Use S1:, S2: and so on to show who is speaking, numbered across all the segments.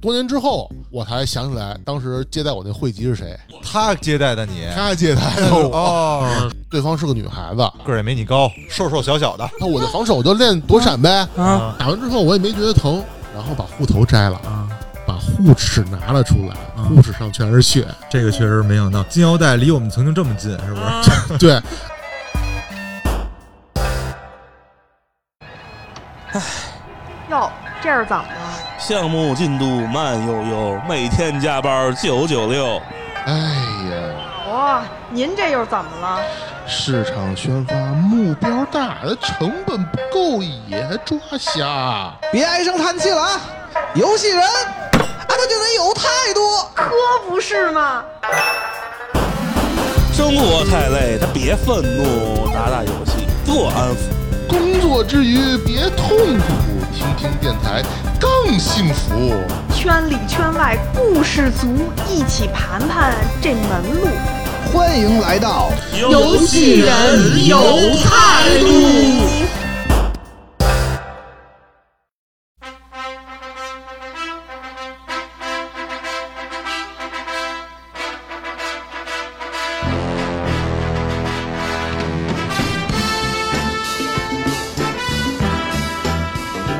S1: 多年之后，我才想起来当时接待我那会籍是谁，
S2: 他接待的你
S1: 他接待
S3: 嗯
S1: 的我，
S2: 哦，
S1: 对方是个女孩子，
S2: 个儿也没你高，瘦瘦小小的
S1: 那我的防守我就练躲闪呗，
S3: 啊
S2: 啊，
S1: 打完之后我也没觉得疼，然后把护头摘了，
S3: 啊！
S1: 把护齿拿了出来，
S3: 嗯
S1: 护齿上全是 血，
S3: 这个确实没想到，金腰带离我们曾经这么近，是不 是？
S1: 对，
S4: 哟，这是怎么了？
S5: 项目进度慢悠悠，每天加班九九六。
S6: 哎呀，
S4: 哇、哦您这又是怎么了？
S6: 市场宣发目标大，成本不够也抓瞎。
S7: 别唉声叹气了啊！游戏人啊，他就得有态度。
S4: 可不是嘛！
S5: 生活太累，他别愤怒，打打游戏，做安抚。
S6: 工作之余别痛苦，听听电台更幸福。
S4: 圈里圈外故事足，一起盘盘这门路。
S7: 欢迎来到
S5: 游戏人有态度。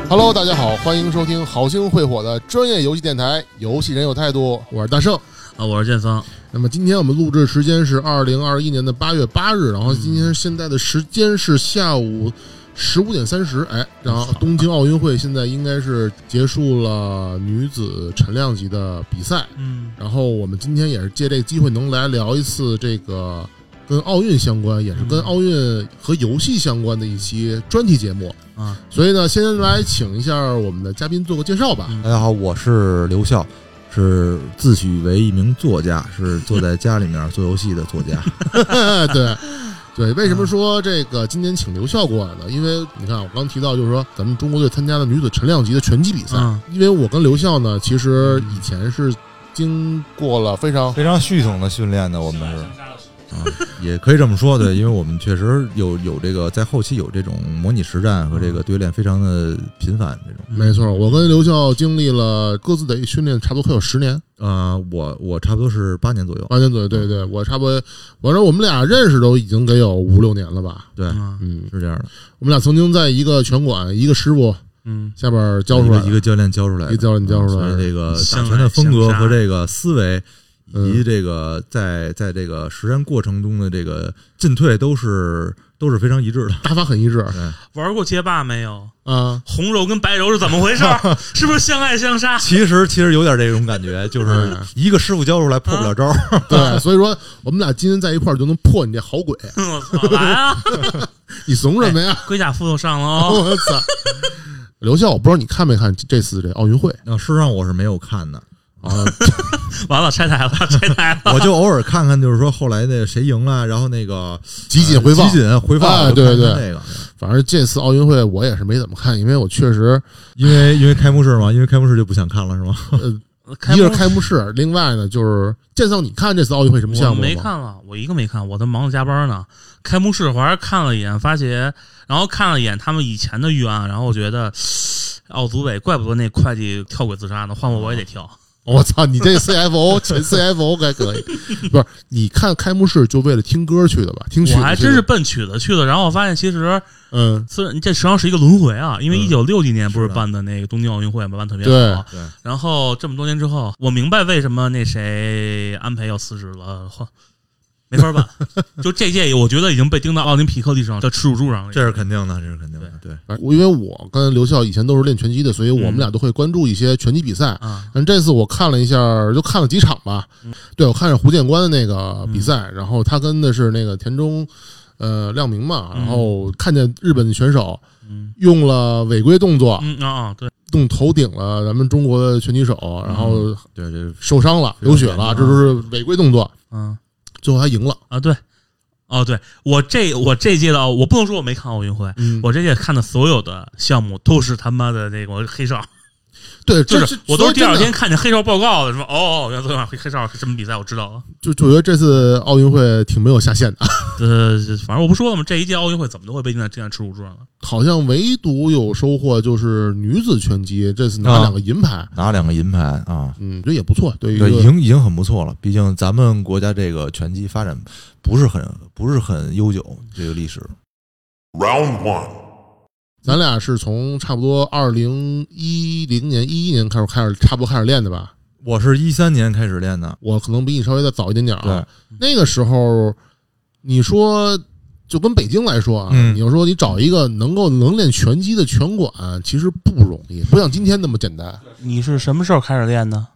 S1: Hello，大家好，欢迎收听好星会火的专业游戏电台《游戏人有态度》，我是大圣。
S8: 啊，我是建桑，
S1: 那么今天我们录制时间是二零二一年的八月八日，然后今天现在的时间是下午十五点三十，哎，然后东京奥运会现在应该是结束了女子产量级的比赛，
S3: 嗯，
S1: 然后我们今天也是借这个机会能来聊一次这个跟奥运相关，也是跟
S3: 嗯
S1: 奥运和游戏相关的一期专题节目
S3: 啊。
S1: 所以呢，先来请一下我们的嘉宾做个介绍吧。
S3: 嗯
S9: 大家好，我是刘笑，是自诩为一名作家，是坐在家里面做游戏的作家。
S1: 对。对，为什么说这个今年请刘笑过来呢？因为你看，我刚提到就是说，咱们中国队参加的女子陈量级的拳击比赛。
S3: 嗯
S1: 因为我跟刘笑呢，其实以前是经过了非 常
S2: 非常系统的训练的，我们是
S9: 啊，也可以这么说，对，因为我们确实有有这个在后期有这种模拟实战和这
S3: 嗯
S9: 个对练非常的频繁这种。
S1: 没错，我跟刘笑经历了各自的训练，差不多快有十年，
S9: 啊，我我差不多是八年左右，
S1: 八年左右。对对，我差不多，我说我们俩认识都已经得有五六年了吧？
S9: 对，
S3: 嗯
S1: 嗯，
S9: 是这样的，
S1: 我们俩曾经在一个拳馆，一个师傅
S3: 嗯，
S1: 下边教出
S9: 一
S1: 来
S9: 个一个教练教出来的，
S1: 一个教练教出来的
S9: 所以这个打
S3: 相
S9: 拳的
S3: 爱
S9: 风格
S3: 相杀
S9: 和这个思维。以
S1: 嗯
S9: 及这个在在这个实战过程中的这个进退都是都是非常一致的。
S1: 打法很一致
S9: 对，
S8: 玩过街霸没有？
S1: 啊。
S8: 红柔跟白柔是怎么回 事？是不是相爱相杀？
S9: 其实其实有点这种感觉，就是
S1: 嗯
S9: 一个师傅教出来破不了招儿，
S1: 对，啊所以说我们俩今天在一块儿就能破你这好鬼，
S8: 我操，来啊！
S1: 你怂什么呀？
S8: 龟甲斧头上了 哦。
S1: 我操！刘笑，我不知道你看没看这次这奥运会
S9: 啊，事实上我是没有看 的，
S1: 啊？
S8: 完了，拆台了，拆台了。
S9: 我就偶尔看看，就是说后来那谁赢了，然后那个
S1: 集
S8: 呃
S1: 锦回放
S9: 集锦回放，
S1: 哎
S9: 我就
S1: 对
S9: 看
S1: 对
S9: 看那个，
S1: 反正这次奥运会我也是没怎么看，因为我确实
S9: 因为因为开幕式嘛，因为开幕式就不想看了是吗？
S1: 一个是开幕式，另外呢就是建桑，你看这次奥运会什么项
S8: 我
S1: 目了
S8: 没
S1: 吗？
S8: 看了，我一个没看，我都忙着加班呢。开幕式我还是看了一眼发协，然后看了一眼他们以前的预案，然后我觉得嘶奥组委怪不得那会计跳轨自杀呢，换我我也得跳。
S1: 我操，你这 CFO 前 CFO 该可以，不是？你看开幕式就为了听歌去的吧？听曲
S8: 我
S1: 子
S8: 还
S1: 去
S8: 真是
S1: 的
S8: 奔曲子去的，然后我发现其实
S1: 嗯，
S8: 虽然这实际上是一个轮回啊，因为
S9: 嗯
S8: 一九六几年不是
S9: 是的
S8: 办的那个东京奥运会嘛，办特别
S1: 对
S8: 好。
S9: 对
S8: 然后这么多年之后，我明白为什么那谁安培要辞职了，换没法 办。就这届，我觉得已经被钉到奥林匹克历史上的耻辱柱上了。
S9: 这是肯定的，这是肯定的，对，
S1: 反正我呃因为我跟刘笑以前都是练拳击的，所以我们俩都会关注一些拳击比赛。
S8: 嗯啊，嗯
S1: 但这次我看了一下，就看了几场吧。对，我看是胡建关的那个比赛，然后他跟的是那个田中呃亮明嘛，
S8: 嗯
S1: 然后看见日本选手
S8: 嗯
S1: 用了违规动作，
S8: 嗯啊，对，
S1: 动头顶了咱们中国的拳击手，然
S8: 嗯
S1: 后
S9: 对这
S1: 受伤了，流血了，这都是违规动作。
S8: 嗯
S1: 最后还赢了，
S8: 啊，对，哦，对我这我这届的，我不能说我没看奥运会。
S1: 嗯，
S8: 我这届看的所有的项目都是他妈的那个黑哨，
S1: 对，
S8: 就
S1: 这
S8: 是我都是第二，
S1: 这所以真的
S8: 天看见黑哨报告的，什么哦，原来昨天晚上黑哨是这么比赛，我知道了。
S1: 就就觉得这次奥运会挺没有下限的，
S8: 呃，反正我不说了嘛，这一届奥运会怎么都会被定在定在耻辱柱上了。
S1: 好像唯独有收获就是女子拳击这次拿
S10: 啊
S1: 两个银牌，
S10: 拿两个银牌啊，
S1: 嗯，这也不错，对于一
S10: 对，已
S1: 个
S10: 经已经很不错了。毕竟咱们国家这个拳击发展不是很不是很悠久，这个历史。
S11: Round one.
S1: 咱俩是从差不多二零一零年一一年开始开始差不多开始练的吧，
S10: 我是一三年开始练的，
S1: 我可能比你稍微再早一点点
S10: 对
S1: 啊。那个时候，你说就跟北京来说啊，
S10: 嗯
S1: 你要说你找一个能够能练拳击的拳馆，其实不容易，不像今天那么简单。
S12: 你是什么时候开始练的？
S8: 啊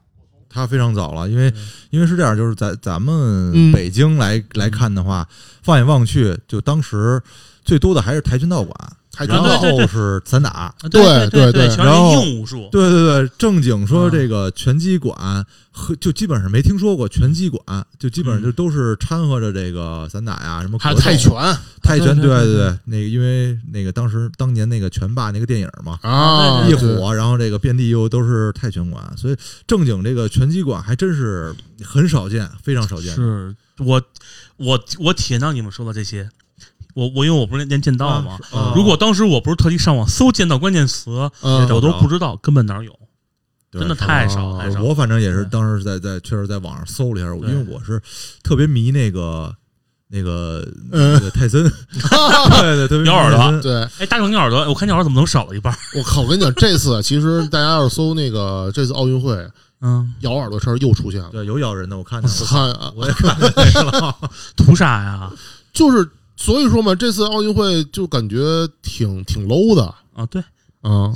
S9: 他非常早了，因为因为是这样，就是在咱
S1: 嗯
S9: 们北京来、来看的话，放眼望去，就当时最多的还是跆拳道馆，
S1: 跆拳
S9: 然
S1: 道
S8: 对对对
S9: 后是散 打。
S8: 啊
S1: 对
S8: 对
S1: 对
S8: 对，
S1: 对
S8: 全
S9: 然后
S8: 是硬武术。
S9: 对对对，正经说
S1: 嗯
S8: 啊
S9: 这个拳击馆和就基本上没听说过拳击馆，就基本上就都是掺和着这个散打呀，什么
S1: 嗯还有
S9: 格斗
S1: 泰拳
S9: 泰拳，
S8: 对
S9: 对
S8: 对对
S9: 对对，那个因为那个当时当年那个拳霸那个电影嘛，
S1: 啊，
S9: 一
S1: 对
S9: 火，然后这个遍地又都是泰拳馆，所以正经这个拳击馆还真是很少见，非常少见。
S8: 是我我我体验到你们说的这些，我我因为我不是练剑道嘛，
S9: 啊
S8: 如果当时我不是特地上网搜剑道关键词，
S1: 嗯
S8: 我都不知道根本哪儿有，
S9: 对
S8: 真的太少
S1: 啊
S8: 太少。
S9: 我反正也是
S8: 对
S9: 当时在在确实在网上搜了一下，我
S8: 对
S9: 因为我是特别迷那个那个
S1: 嗯
S9: 那个泰 森，对对，特别迷
S8: 咬耳朵
S9: 泰森
S1: 对，
S8: 哎，大壮鸟耳朵，我看鸟耳朵怎么能少了一半儿？
S1: 我靠！我跟你讲，这次啊其实大家要是搜那个这次奥运会
S8: 嗯，
S1: 咬耳朵事儿又出现了，
S9: 对有咬人的，我看见了，
S1: 看啊，
S9: 我也看见了。
S8: 图啥呀？
S1: 就是所以说嘛，这次奥运会就感觉挺挺 low 的
S8: 啊，对，
S1: 啊。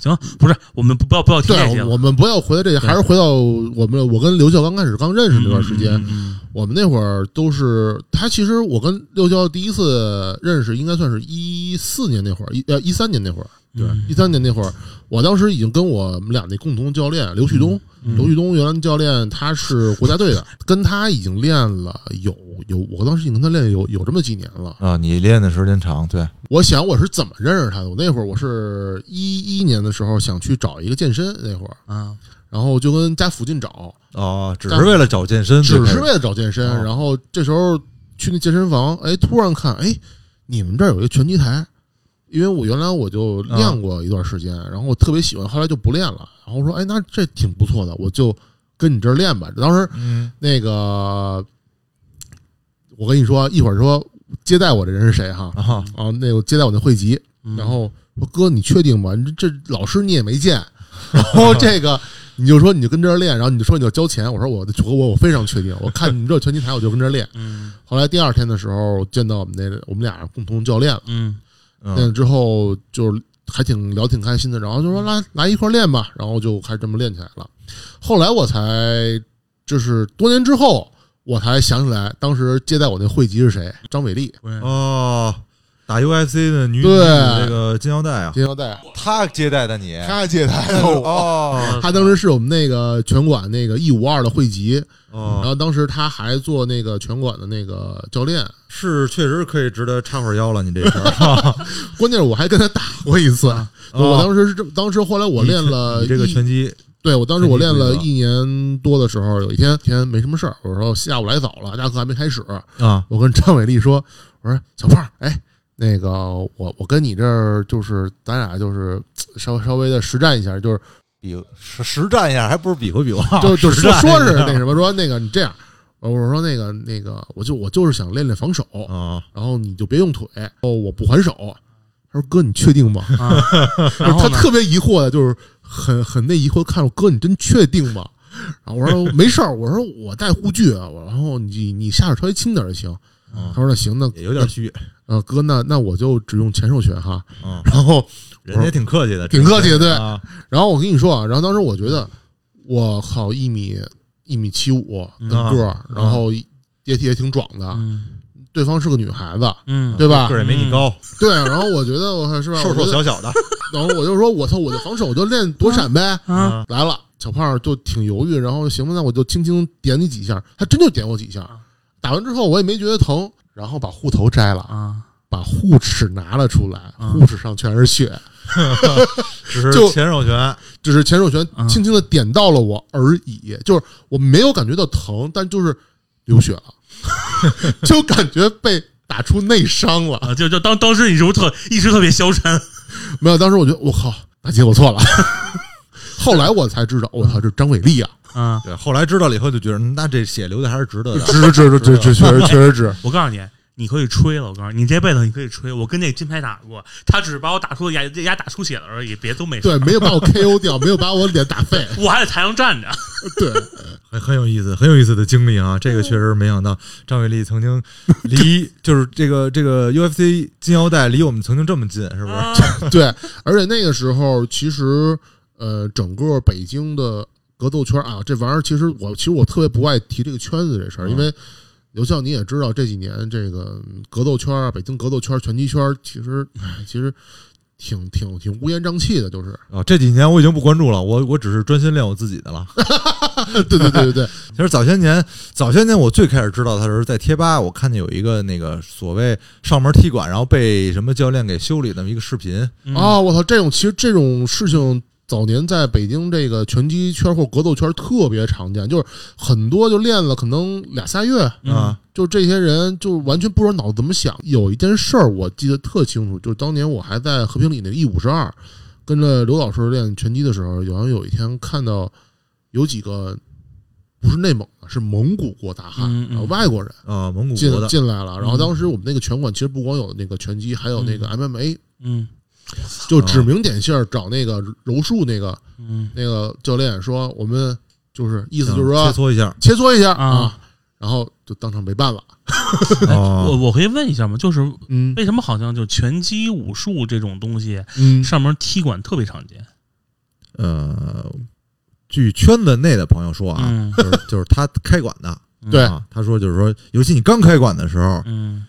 S8: 行，不是，我们不不要不要提这些
S1: 对，
S8: 了。
S1: 我们不要回到这些，
S8: 对
S1: 还是回到我们我跟刘笑刚开始刚认识那段时间，
S8: 嗯嗯嗯
S1: 我们那会儿都是他。其实我跟六笑第一次认识，应该算是一四年那会儿，一呃一三年那会儿，
S8: 嗯嗯
S1: 一三年那会儿，我当时已经跟我们俩那共同教练刘旭东，
S8: 嗯
S1: 刘旭东原来教练他是国家队 的，跟他已经练了有有，我当时已经跟他练有有这么几年了。
S10: 啊，你练的时间长，对，
S1: 我想我是怎么认识他的？我那会儿我是一一年的时候想去找一个健身，那会儿
S8: 啊，
S1: 然后就跟家附近找。
S10: 哦，只是为了找健身，
S1: 只
S10: 对
S1: 是为了找健身。
S10: 哦
S1: 然后这时候去那健身房，哎，突然看，哎，你们这儿有一个拳击台，因为我原来我就练过一段时间，然后我特别喜欢，后来就不练了。然后我说，哎，那这挺不错的，我就跟你这儿练吧。当时
S10: 嗯，
S1: 那个，我跟你说，一会儿说接待我这人是谁哈？
S10: 啊，
S1: 啊，那个接待我那会籍，
S8: 嗯
S1: 然后说哥，你确定吗？你这这老师你也没见， 然后这个你就说你就跟这儿练，然后你就说你就交钱。我说我的我我我非常确定，我看你们这拳击台我就跟这儿练。
S8: 嗯
S1: 后来第二天的时候见到我们那我们俩共同教练了，
S8: 嗯
S1: 练
S10: 嗯
S1: 了之后就是还挺聊挺开心的，然后就说来来一块儿练吧，然后就开始这么练起来了。后来我才就是多年之后。我才想起来，当时接待我那会籍是谁？张伟丽，
S8: 对
S9: 哦，打 UFC 的女
S1: 对
S9: 女子这个金腰带啊，
S1: 金腰带，
S10: 他接待的你，
S1: 他接待的我
S10: 哦，
S1: 他当时是我们那个拳馆那个一五二的会籍，然
S9: 哦，
S1: 后当时他还做那个拳馆的那个教练，
S9: 是确实可以值得插会儿腰了，你这事儿。
S1: 关键是我还跟他打过一次。我
S9: 哦
S1: 当时是这，当时后来我练了
S9: 你这个
S1: 一
S9: 拳击，
S1: 对我当时我练了
S9: 拳击规则
S1: 一年多的时候，有一天天没什么事儿，我说下午来早了，大课还没开始，
S9: 啊，
S1: 我跟张伟丽说，我说小胖，哎，那个我我跟你这儿就是咱俩就是稍稍微的实战一下，就是
S10: 比实实战一下，还不是比划比划，
S1: 就就
S9: 啊实
S1: 说
S9: 战
S1: 说是
S9: 一下
S1: 那什么，说那个你这样，我我说那个那个，我就我就是想练练防守，
S9: 啊，
S1: 然后你就别用腿，哦，我不还手。他说哥，你确定吗？
S8: 啊，然
S1: 他
S8: 后呢？
S1: 特别疑惑的，就是很很那疑惑地看我哥，你真确定吗？然后我说没事儿，我说我带护具啊，我然后你你下手稍微轻点儿就行。
S9: 嗯
S1: 他说那行，那
S9: 也有点虚，
S1: 呃哥，那那我就只用前手拳哈。
S9: 嗯，
S1: 然后
S9: 人家挺客气的，
S1: 挺客气的对
S9: 啊
S1: 然后我跟你说啊，然后当时我觉得，我靠，一米一米七五
S8: 嗯
S1: 的个儿，
S9: 嗯
S1: 然后也也挺壮的，
S8: 嗯
S1: 对方是个女孩子，
S8: 嗯，
S1: 对吧
S9: 个？儿也没你高，
S1: 对，然后我觉得我嗯靠是吧？
S9: 瘦
S1: 我
S9: 瘦
S1: 觉得
S9: 小小的
S1: 然后我就说，我操，我就防守，我就练躲闪呗。
S8: 啊，
S1: 来了，小胖就挺犹豫，然后行吧，那我就轻轻点你几下，他真就点我几下，打完之后我也没觉得疼，然后把护头摘了，
S8: 啊，
S1: 把护齿拿了出来，
S8: 嗯
S1: 护齿上全是血，
S9: 只是
S1: 就
S9: 前手拳，
S1: 只是钱守全
S8: 嗯
S1: 轻轻的点到了我而已，就是我没有感觉到疼，但就是流血了， 就感觉被打出内伤了。
S8: 啊，就就当当时你是不是特一直特别消沉？
S1: 没有，当时我觉得我靠，大姐我错了。 后来我才知道，哦我操，这是张伟丽啊，
S8: 啊，
S9: 对，后来知道了以后就觉得，嗯那这血流的还是值得的。
S1: 值值值值值，确实确实值。
S8: 我告诉你，你可以吹了，我告诉你，你这辈子你可以吹。我跟那金牌打过，他只是把我打出牙牙打出血了而已，别都没事。
S1: 对，没有把我 KO 掉，没有把我脸打废。
S8: 我还在台上站着，
S1: 对，
S9: 很很有意思，很有意思的经历啊！这个确实没想到，张伟丽曾经离就是这个这个 UFC 金腰带离我们曾经这么近，是不是？
S8: 啊
S1: 对，而且那个时候其实呃，整个北京的格斗圈啊，这玩意儿其实我其实我特别不爱提这个圈子这事儿，因为刘笑你也知道，这几年这个嗯格斗圈啊，北京格斗圈、拳击圈，其实唉其实挺挺挺乌烟瘴气的， 就是。
S9: 啊，这几年我已经不关注了，我我只是专心练我自己的了。
S1: 对对对 对对，
S9: 其实早些年，早些年我最开始知道他的时候，在贴吧我看见有一个那个所谓上门踢馆，然后被什么教练给修理那么一个视频，
S8: 嗯
S1: 啊，我操，这种其实这种事情早年在北京这个拳击圈或格斗圈特别常见，就是很多就练了可能俩仨月，
S8: 嗯
S9: 啊
S1: 就这些人就完全不知道脑子怎么想。有一件事儿我记得特清楚，就是当年我还在和平里那个 E 五十二，跟着刘老师练拳击的时候，好像有一天看到有几个不是内蒙的，是蒙古国大汉，
S8: 嗯嗯
S1: 呃外国人。
S9: 啊，蒙古
S1: 进
S9: 国的，
S1: 进来了，然后
S8: 嗯
S1: 当时我们那个拳馆其实不光有那个拳击，还有那个 MMA，、
S8: 嗯
S1: 就指名点姓儿找那个柔术那个
S8: 嗯
S1: 那个教练说，我们就是意思
S9: 想
S1: 就是说
S9: 嗯切磋一下
S1: 切磋一下
S8: 啊
S1: 啊，然后就当场没办了。
S8: 哎
S9: 啊
S8: 我我可以问一下吗？就是
S1: 嗯
S8: 为什么好像就拳击、武术这种东西
S1: 嗯，
S8: 上面踢馆特别常见？
S9: 呃，据圈子内的朋友说啊，
S8: 嗯
S9: 就是就是他开馆的，
S1: 对
S9: 啊，他说就是说，尤其你刚开馆的时候，
S8: 嗯，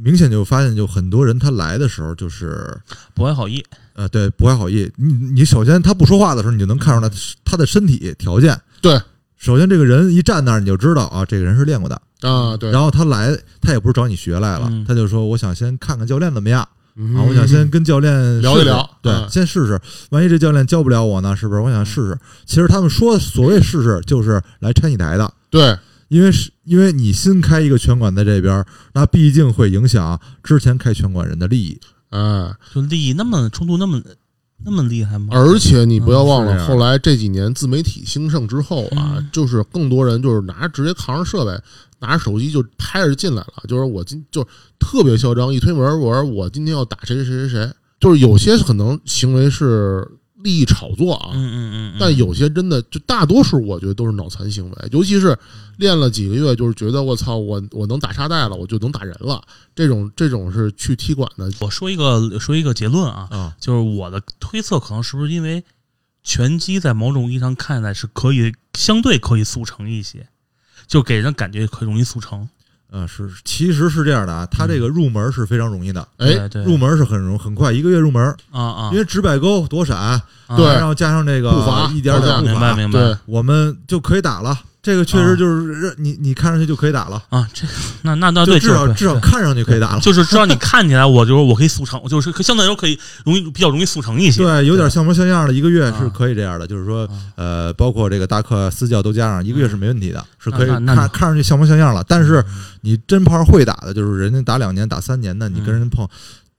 S9: 明显就发现就很多人他来的时候就是
S8: 不怀好意。
S9: 呃，对，不怀好意。你你首先他不说话的时候，你就能看出来他是他的身体条件。
S1: 对，
S9: 首先这个人一站那儿，你就知道啊，这个人是练过的。
S1: 啊，对，
S9: 然后他来，他也不是找你学来了
S8: 嗯，
S9: 他就说我想先看看教练怎么样啊，
S1: 后
S9: 我想先跟教练
S1: 嗯聊一
S9: 试试
S1: 聊
S9: 对，
S1: 嗯
S9: 先试试，万一这教练教不了我呢，是不是？我想试试。其实他们说所谓试试，就是来拆你台的。
S1: 对
S9: 因为是因为你新开一个拳馆在这边儿，那必定会影响之前开拳馆人的利益。
S1: 哎，
S8: 就利益那么冲突那么那么厉害吗？
S1: 而且你不要忘
S9: 嗯是
S1: 了，
S9: 这样
S1: 后来这几年自媒体兴盛之后啊
S8: 嗯，
S1: 就是更多人就是拿直接扛着设备，拿着手机就拍着进来了，就是我今就特别嚣张，一推门我说我今天要打谁谁谁谁谁，就是有些可能行为是利益炒作啊，
S8: 嗯嗯嗯，
S1: 但有些真的，就大多数我觉得都是脑残行为，尤其是练了几个月，就是觉得我操，我我能打沙袋了，我就能打人了，这种这种是去踢馆的，
S8: 我说一个说一个结论啊，
S9: 啊
S8: 就是我的推测，可能是不是因为拳击在某种意义上看来是可以相对可以速成一些，就给人感觉可以容易速成。
S9: 呃，是，其实是这样的啊，他这个入门是非常容易的，
S1: 哎，
S8: 嗯对，
S9: 入门是很容很快，一个月入门，
S8: 啊啊，
S9: 因为直摆钩、躲闪，
S8: 啊
S1: 对
S9: 然后加上这个
S1: 步伐
S9: 一点点
S1: 啊
S9: 步
S8: 明白
S9: 伐，
S8: 明白
S1: 对，
S9: 我们就可以打了。这个确实就是你你看上去就可以打了，
S8: 啊，这那那那
S9: 就
S8: 对，
S9: 至少
S8: 就是
S9: 至少看上去可以打了。
S8: 就是让你看起来，我就是我可以速成，就是可相对来说可以容易比较容易速成一些。
S9: 对，有点像模像样的，一个月
S8: 啊
S9: 是可以这样的，就是说，呃，包括这个大课私教都加上，一个月是没问题的，是可以
S8: 那
S9: 看
S8: 那那
S9: 看上去像模像样了。但是你真碰上会打的，就是人家打两年、打三年的，你跟人碰。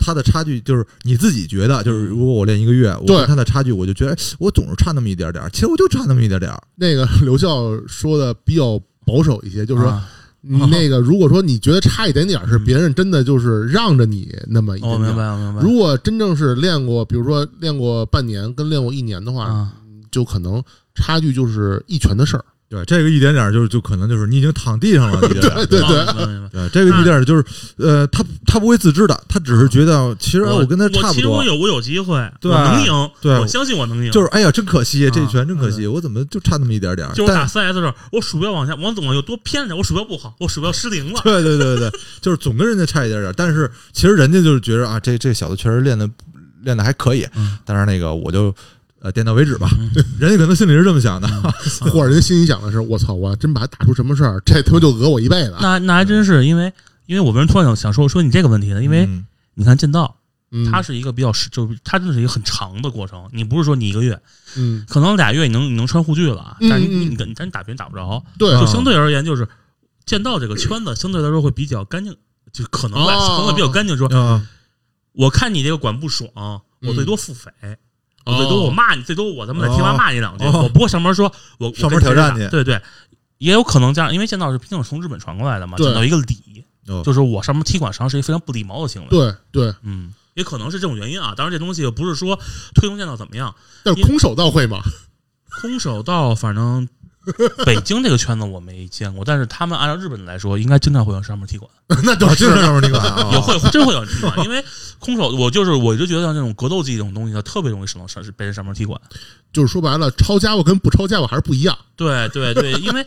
S9: 他的差距就是你自己觉得，就是如果我练一个月，我
S1: 对
S9: 跟他的差距，我就觉得哎我总是差那么一点点儿，其实我就差那么一点点儿。
S1: 那个刘笑说的比较保守一些，就是说，
S8: 啊
S1: 你那个如果说你觉得差一点点儿，是
S8: 嗯
S1: 别人真的就是让着你那么一点
S8: 我哦明
S1: 点
S8: 白
S1: 儿。
S8: 我明白。
S1: 如果真正是练过，比如说练过半年跟练过一年的话，
S8: 啊，
S1: 就可能差距就是一拳的事儿。
S9: 对，这个一点点儿就是就可能就是你已经躺地上了，一点 点儿
S1: 对对
S8: 明白明白。
S9: 对，嗯这个一点儿就是呃，他他不会自知的，他只是觉得其实哎
S8: 我
S9: 跟他差不
S8: 其实
S9: 多。
S8: 我有我有机会，
S9: 对
S8: 我能赢，
S9: 对
S8: 我相信我能赢。
S9: 就是哎呀，真可惜，这
S8: 啊
S9: 一拳真可惜，我怎么就差那么一点点儿？
S8: 就我打
S9: 但
S8: CS 的时候，我鼠标往下往总又多偏点，我鼠标不好，我鼠标失灵了。
S9: 对对对对，就是总跟人家差一点点儿，但是其实人家就是觉着啊，这这小子确实练的练的还可以，但是那个我就呃点到为止吧，人家可能心里是这么想的，
S8: 啊
S1: 或者人心里想的是，我操，我真把他打出什么事儿，这他妈就讹我一辈子。啊
S8: 那那还真是因为，因为我为什么突然想想说说你这个问题呢？因为
S9: 嗯
S8: 你看剑道，
S1: 嗯
S8: 它是一个比较是，就是它真的是一个很长的过程。你不是说你一个月，
S1: 嗯，
S8: 可能俩月你能你能穿护具了啊，
S1: 嗯
S8: 但是你
S1: 嗯
S8: 你跟但你打拳打不着，
S1: 对，
S8: 就相对而言就是剑道这个圈子相对来说会比较干净，就可能吧，
S1: 哦
S8: 可能会比较干净。说
S9: 啊，
S8: 我看你这个管不爽，我
S9: 嗯
S8: 最多付费。我最多我骂你，最多我他妈在贴吧骂你两句，
S9: 哦
S8: 我不会上门说，我我
S9: 上门
S8: 这
S9: 挑战
S8: 谁
S9: 你
S8: 打对对，也有可能这样，因为剑道是毕竟是从日本传过来的嘛，
S1: 对
S8: 讲到一个礼，
S9: 哦
S8: 就是我上门踢馆商是一个非常不礼貌的行为，
S1: 对对，
S8: 嗯，也可能是这种原因啊。当然，这东西不是说推动剑道怎么样，
S1: 但是空手道会吗？
S8: 空手道反正 北京这个圈子我没见过，但是他们按照日本的来说，应该经常会有上门踢馆，
S1: 那就
S9: 啊
S1: 是
S9: 这上面你管啊？
S8: 有会真会有人踢馆，因为空手我就是我就觉得像这种格斗技这种东西，它特别容易上上是被人上门踢馆。
S1: 就是说白了，抄家伙跟不抄家伙还是不一样。
S8: 对对对，因为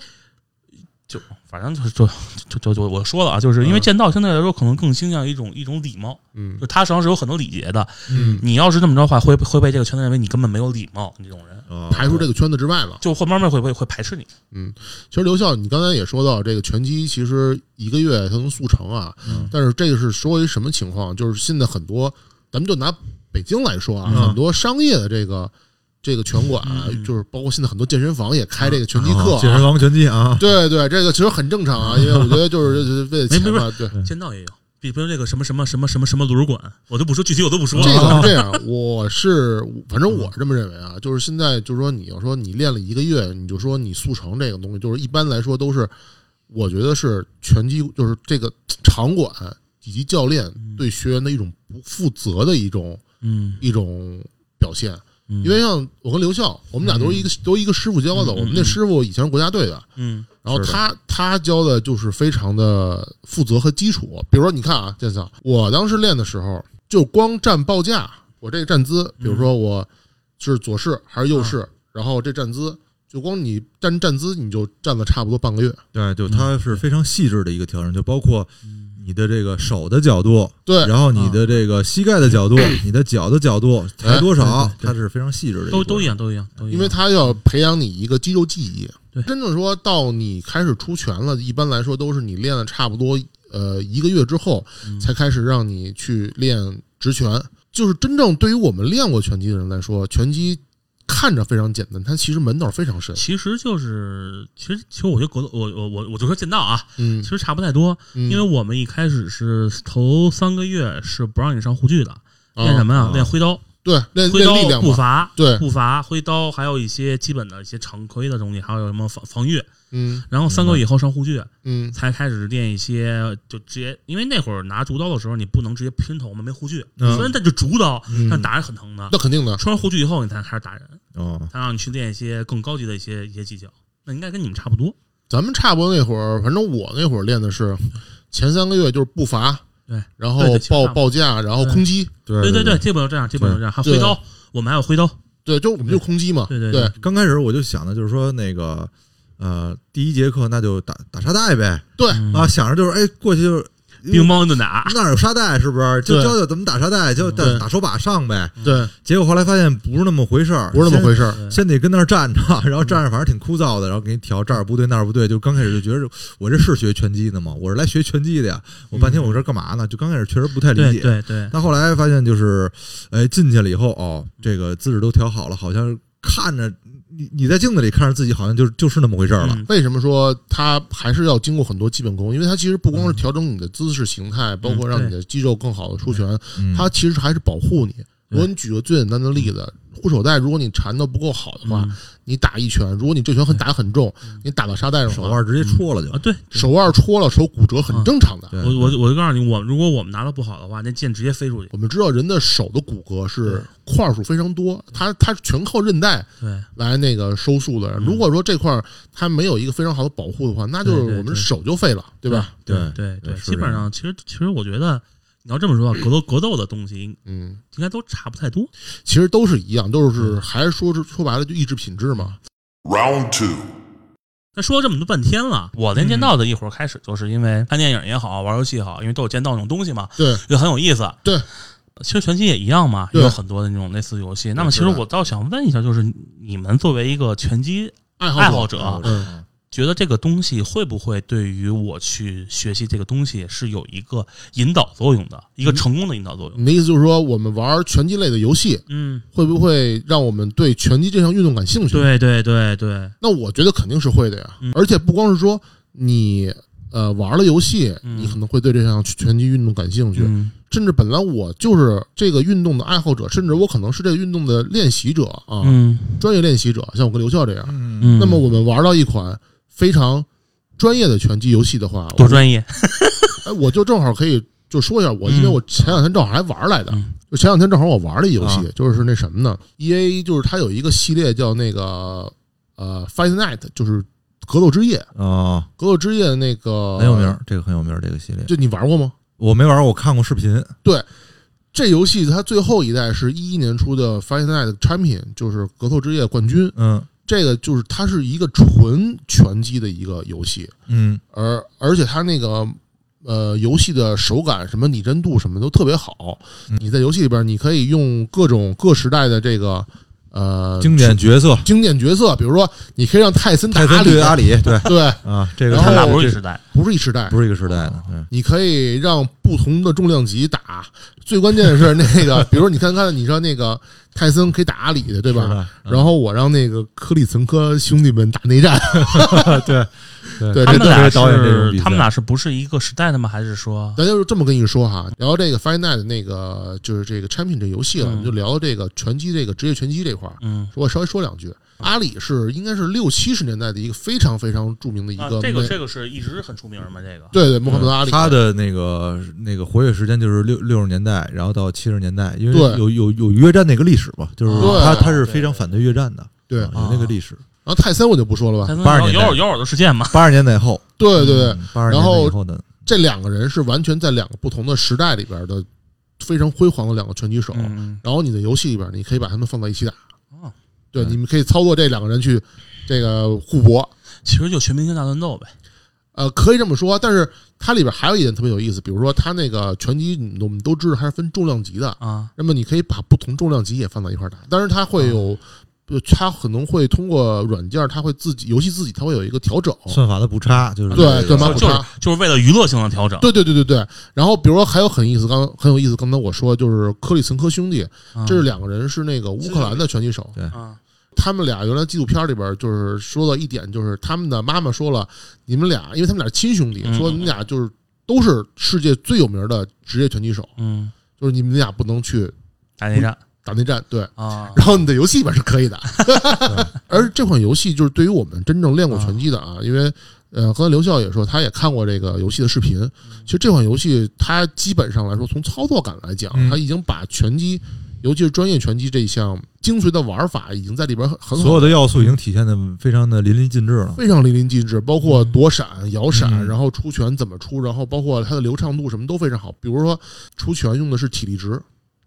S8: 就反正就是就就就就我说了啊，就是因为剑道相对来说可能更倾向于一种一种礼貌，
S1: 嗯
S8: 就他实际上是有很多礼节的。
S1: 嗯，
S8: 你要是这么着的话，会会被这个圈子认为你根本没有礼貌，你这种人
S9: 哦
S1: 排除这个圈子之外吧。
S8: 就会慢慢会会会排斥你。
S1: 其实刘笑，你刚才也说到这个拳击，其实一个月它能速成啊，
S9: 嗯
S1: 但是这个是说一什么情况？就是现在很多，咱们就拿北京来说啊，
S9: 嗯
S1: 很多商业的这个这个拳馆啊，就是包括现在很多健身房也开这个拳击课、
S9: 嗯哦健身
S1: 啊。
S9: 房拳击啊，
S1: 对对，这个其实很正常啊，因为我觉得就是为了钱嘛，对。
S8: 剑道也有，比如这个什么什么什么什么什么卤煮馆，我都不说具体，我都不说了。啊
S1: 这个是这样，我是反正我是这么认为啊，就是现在就是说，你要说你练了一个月，你就说你速成这个东西，就是一般来说都是，我觉得是拳击就是这个场馆以及教练对学员的一种不负责的一种
S8: 嗯，
S1: 一种表现。
S8: 因
S1: 因为像我跟刘笑，我们俩都是一个都一个师傅教的，
S8: 嗯嗯嗯
S1: 我们那师傅以前是国家队的，
S8: 嗯
S1: 然后
S9: 是的
S1: 他他教的就是非常的负责和基础。比如说，你看啊，建强，我当时练的时候，就光站报价，我
S8: 嗯
S1: 这个站姿，比如说我是左式还是右
S8: 嗯
S1: 式，然后这站姿，就光你站站姿，你就站了差不多半个月。
S9: 对，就它是非常细致的一个调整，就包括你的这个手的角度，
S1: 对
S9: 然后你的这个膝盖的角度，你的脚的角度抬多少，它是非常细致的一个
S8: 都
S9: 过程，
S8: 都一样，都一样，都一样。
S1: 因为他要培养你一个肌肉记忆。
S8: 对
S1: 真正说到你开始出拳了，一般来说都是你练了差不多呃一个月之后，
S8: 嗯
S1: 才开始让你去练直拳。就是真正对于我们练过拳击的人来说，拳击看着非常简单，它其实门道非常深。
S8: 其实就是，其实其实我觉得格斗，我我我我就说剑道啊，
S1: 嗯
S8: 其，实差不太多，
S1: 因
S8: 因为我们一开始是头三个月是不让你上护具的，练什么呀？练挥刀，
S1: 啊对练
S8: 挥
S1: 哦练力
S8: 刀、
S1: 量
S8: 步
S1: 嘛，
S8: 伐，
S1: 对
S8: 步伐、挥刀，还有一些基本的一些常规的东西，还有什么防防御。
S1: 嗯
S8: 然后三个月以后上护具，
S1: 嗯
S8: 才开始练一些，就直接，因为那会儿拿竹刀的时候，你不能直接拼头嘛，没护具。
S9: 嗯
S8: 虽然它就竹刀，但
S1: 嗯，
S8: 打人很疼的。
S1: 那肯定的，
S8: 穿上护具以后，你才开始打人。
S9: 哦，
S8: 他让你去练一些更高级的一些一些技巧，那应该跟你们差不多。
S1: 咱们差不多那会儿，反正我那会儿练的是前三个月就是步伐，
S8: 对，
S1: 然后
S8: 对对其实
S1: 报
S8: 差不
S1: 报价，然后
S8: 对
S1: 空击，
S9: 对
S8: 对
S9: 对
S8: 对，，基本上这样，基本上这样。还有
S1: 对
S8: 挥刀，我们还有挥刀。
S1: 对，就我们就空击嘛，
S8: 对对
S1: 对
S8: 对
S9: 刚开始我就想的就是说那个。呃，第一节课那就打打沙袋呗，
S1: 对
S8: 嗯
S9: 啊，想着就是哎，过去就是
S8: 乒乓就打，
S9: 那儿有沙袋是不是？就
S1: 对
S9: 教教怎么打沙袋，就打
S1: 对
S9: 打手把上呗。
S1: 对，
S9: 结果后来发现不是那么回事儿，
S1: 不是那么回事儿。
S8: 对
S9: 先得跟那儿站着， 然后站着反正挺枯燥的，然后给你调这儿不对那儿不对，就刚开始就觉得我这是学拳击的吗？我是来学拳击的呀，我半天我这干嘛呢？就刚开始确实不太理
S8: 对
S9: 解，
S8: 对对，
S9: 但后来发现就是，哎，进去了以后哦，这个姿势都调好了，好像看着你你在镜子里看着自己，好像就就是那么回事儿了。
S8: 嗯
S1: 为什么说它还是要经过很多基本功？因为它其实不光是调整你的姿势形态，包括让你的肌肉更好的出拳，
S9: 嗯
S1: 它其实还是保护你。我给你举个最简单的例子，护手带，如果你缠的不够好的话，
S8: 嗯
S1: 你打一拳，如果你这拳很打得很重，你打到沙袋上的
S9: 手
S1: 话
S9: 腕直接戳了就
S8: 啊，对，
S1: 手腕戳了，手骨折很正常的。
S9: 对
S8: 我我我就告诉你，我如果我们拿的不好的话，那剑直接飞出去。
S1: 我们知道人的手的骨骼是块数非常多，它它全靠韧带
S8: 对
S1: 来那个收束的。
S8: 嗯
S1: 如果说这块儿它没有一个非常好的保护的话，那就
S8: 对
S1: 是
S8: 对
S1: 我们
S8: 对
S1: 手就废了，对吧？
S9: 对
S8: 对对，
S9: 是
S8: 基
S9: 这
S8: 本
S9: 样
S8: 上其实其实我觉得你要这么说，格斗格斗的东西应
S1: 嗯，
S8: 应该都差不太多。
S1: 其实都是一样，都是
S8: 嗯
S1: 还是说是说白了就意志品质嘛。
S13: Round two.
S8: 那说了这么多半天了，我练剑道的一会儿开始，就是因为看电影也好，玩游戏也好，因为都有剑道那种东西嘛，
S1: 对，
S8: 也很有意思。
S1: 对，
S8: 其实拳击也一样嘛，也
S1: 对
S8: 有很多的那种类似游戏。那么，其实
S1: 是的
S8: 我倒想问一下，就是你们作为一个拳击
S1: 爱好
S8: 爱好
S1: 者，
S8: 者，
S1: 啊嗯，
S8: 觉得这个东西会不会对于我去学习这个东西是有一个引导作用的，一个成功的引导作用。
S1: 你的意思就是说，我们玩拳击类的游戏，
S8: 嗯，
S1: 会不会让我们对拳击这项运动感兴趣？，
S8: 对对对对，
S1: 那我觉得肯定是会的呀。
S8: 嗯
S1: 而且不光是说你呃玩了游戏，
S8: 嗯
S1: 你可能会对这项拳击运动感兴趣，
S8: 嗯
S1: 甚至本来我就是这个运动的爱好者，甚至我可能是这个运动的练习者啊，
S8: 嗯
S1: 专业练习者，像我跟刘笑这样。
S8: 嗯。
S1: 那么我们玩到一款非常专业的拳击游戏的话，
S8: 多专业，
S1: 哎，我就正好可以就说一下我，
S8: 嗯
S1: 因为我前两天正好还玩来的
S8: 嗯，
S1: 就前两天正好我玩了一游戏
S9: 啊，
S1: 就是那什么呢？E A 就是它有一个系列叫那个呃 Fight Night，就是格斗之夜，
S9: 啊，
S1: 格斗之夜的那个
S9: 很有名，，这个很有名，这个系列
S1: 就你玩过吗？
S9: 我没玩过，我看过视频。
S1: 这游戏它最后一代是一一年出的 Fight Night Champion，就是格斗之夜冠军。
S9: 嗯
S1: 这个就是它是一个纯拳击的一个游戏，
S9: 嗯
S1: 而而且它那个呃游戏的手感、什么拟真度什么都特别好。
S9: 嗯
S1: 你在游戏里边，你可以用各种各时代的这个呃
S9: 经典角色，
S1: 经典角色，比如说你可以让泰森打
S9: 泰森对阿
S1: 里，
S9: 里，对
S1: 对，
S9: 啊，这个
S1: 然后
S8: 他
S9: 是
S8: 俩不是一
S9: 这
S8: 时代。
S1: 不是一时代，
S9: 不是一个时代的，对
S1: 你可以让不同的重量级打，最关键的是那 个，比如你看看，你说那个泰森可以打阿里的，对吧？
S9: 是的嗯
S1: 然后我让那个克里岑科兄弟们打内战，
S9: 啊对
S1: 对，
S8: 他
S1: 这
S8: 们俩
S9: 这导演这种
S8: 是
S9: 比赛
S8: 他们俩是不是一个时代的吗？还是说
S1: 咱就这么跟你说哈。聊到这个 Fight Night 的那个就是这个产品这游戏了，
S8: 嗯
S1: 我们就聊到这个拳击这个职业拳击这块儿，
S8: 嗯
S1: 我稍微说两句。阿里是应该是六七十年代的一个非常非常著名的一
S8: 啊
S1: 个，
S8: 这
S1: 美
S8: 个这个是一直很出名的吗？这个
S1: 对对，穆罕默德阿里，
S9: 他的那个那个活跃时间就是六六十年代，然后到七十年代，因为
S1: 对
S9: 有有有越战那个历史嘛，就是
S1: 对
S9: 他他是非常反对越战的，
S1: 对
S8: 嗯
S9: 啊有那个历史。
S1: 然后泰森我就不说了吧
S8: 他，
S9: 82
S8: 有
S9: 年代
S8: 有有耳朵事件嘛？
S9: 八十年代以后，嗯
S1: 对对对，
S8: 嗯
S9: 八十
S1: 然
S9: 年代
S1: 后
S9: 以后的，
S1: 这两个人是完全在两个不同的时代里边的非常辉煌的两个拳击手。
S8: 嗯，
S1: 然后你的游戏里边，你可以把他们放到一起打。
S8: 哦
S1: 对，你们可以操作这两个人去这个互搏。
S8: 其实就全明星大乱斗呗。
S1: 呃，可以这么说，但是它里边还有一点特别有意思，比如说它那个拳击，你我们都知道它是分重量级的，
S8: 啊，
S1: 那么你可以把不同重量级也放到一块儿打，当然它会有，呃它可能会通过软件，它会自己游戏自己它会有一个调整，
S9: 算法的补差就是
S1: 哦对
S9: 这个
S1: 对马
S8: 就
S1: 普
S8: 就是
S1: 叉
S8: 就是为了娱乐性的调整。
S1: 对对对对对。然后比如说还有很意思，刚很有意思，刚才我说就是克里岑科兄弟，
S8: 啊，
S1: 这是两个人是那个乌克兰的拳击手，
S8: 啊，
S1: 他们俩原来纪录片里边就是说到一点，就是他们的妈妈说了，你们俩，因为他们俩是亲兄弟，
S8: 嗯
S1: 说你们俩就是都是世界最有名的职业拳击手，
S8: 嗯，
S1: 就是你们俩不能去
S8: 打内战
S1: 打内战，对。
S8: 啊，
S1: 然后你的游戏里边是可以的， 而这款游戏就是对于我们真正练过拳击的啊，因为呃，刚才刘笑也说他也看过这个游戏的视频。其实这款游戏它基本上来说，从操作感来讲，
S9: 嗯
S1: 它已经把拳击，尤其是专业拳击这一项精髓的玩法，已经在里边很很好
S9: 所有的要素已经体现的非常的淋漓尽致了。
S1: 非常淋漓尽致，包括躲闪、摇闪，
S9: 嗯
S1: 然后出拳怎么出，然后包括它的流畅度什么都非常好。比如说出拳用的是体力值，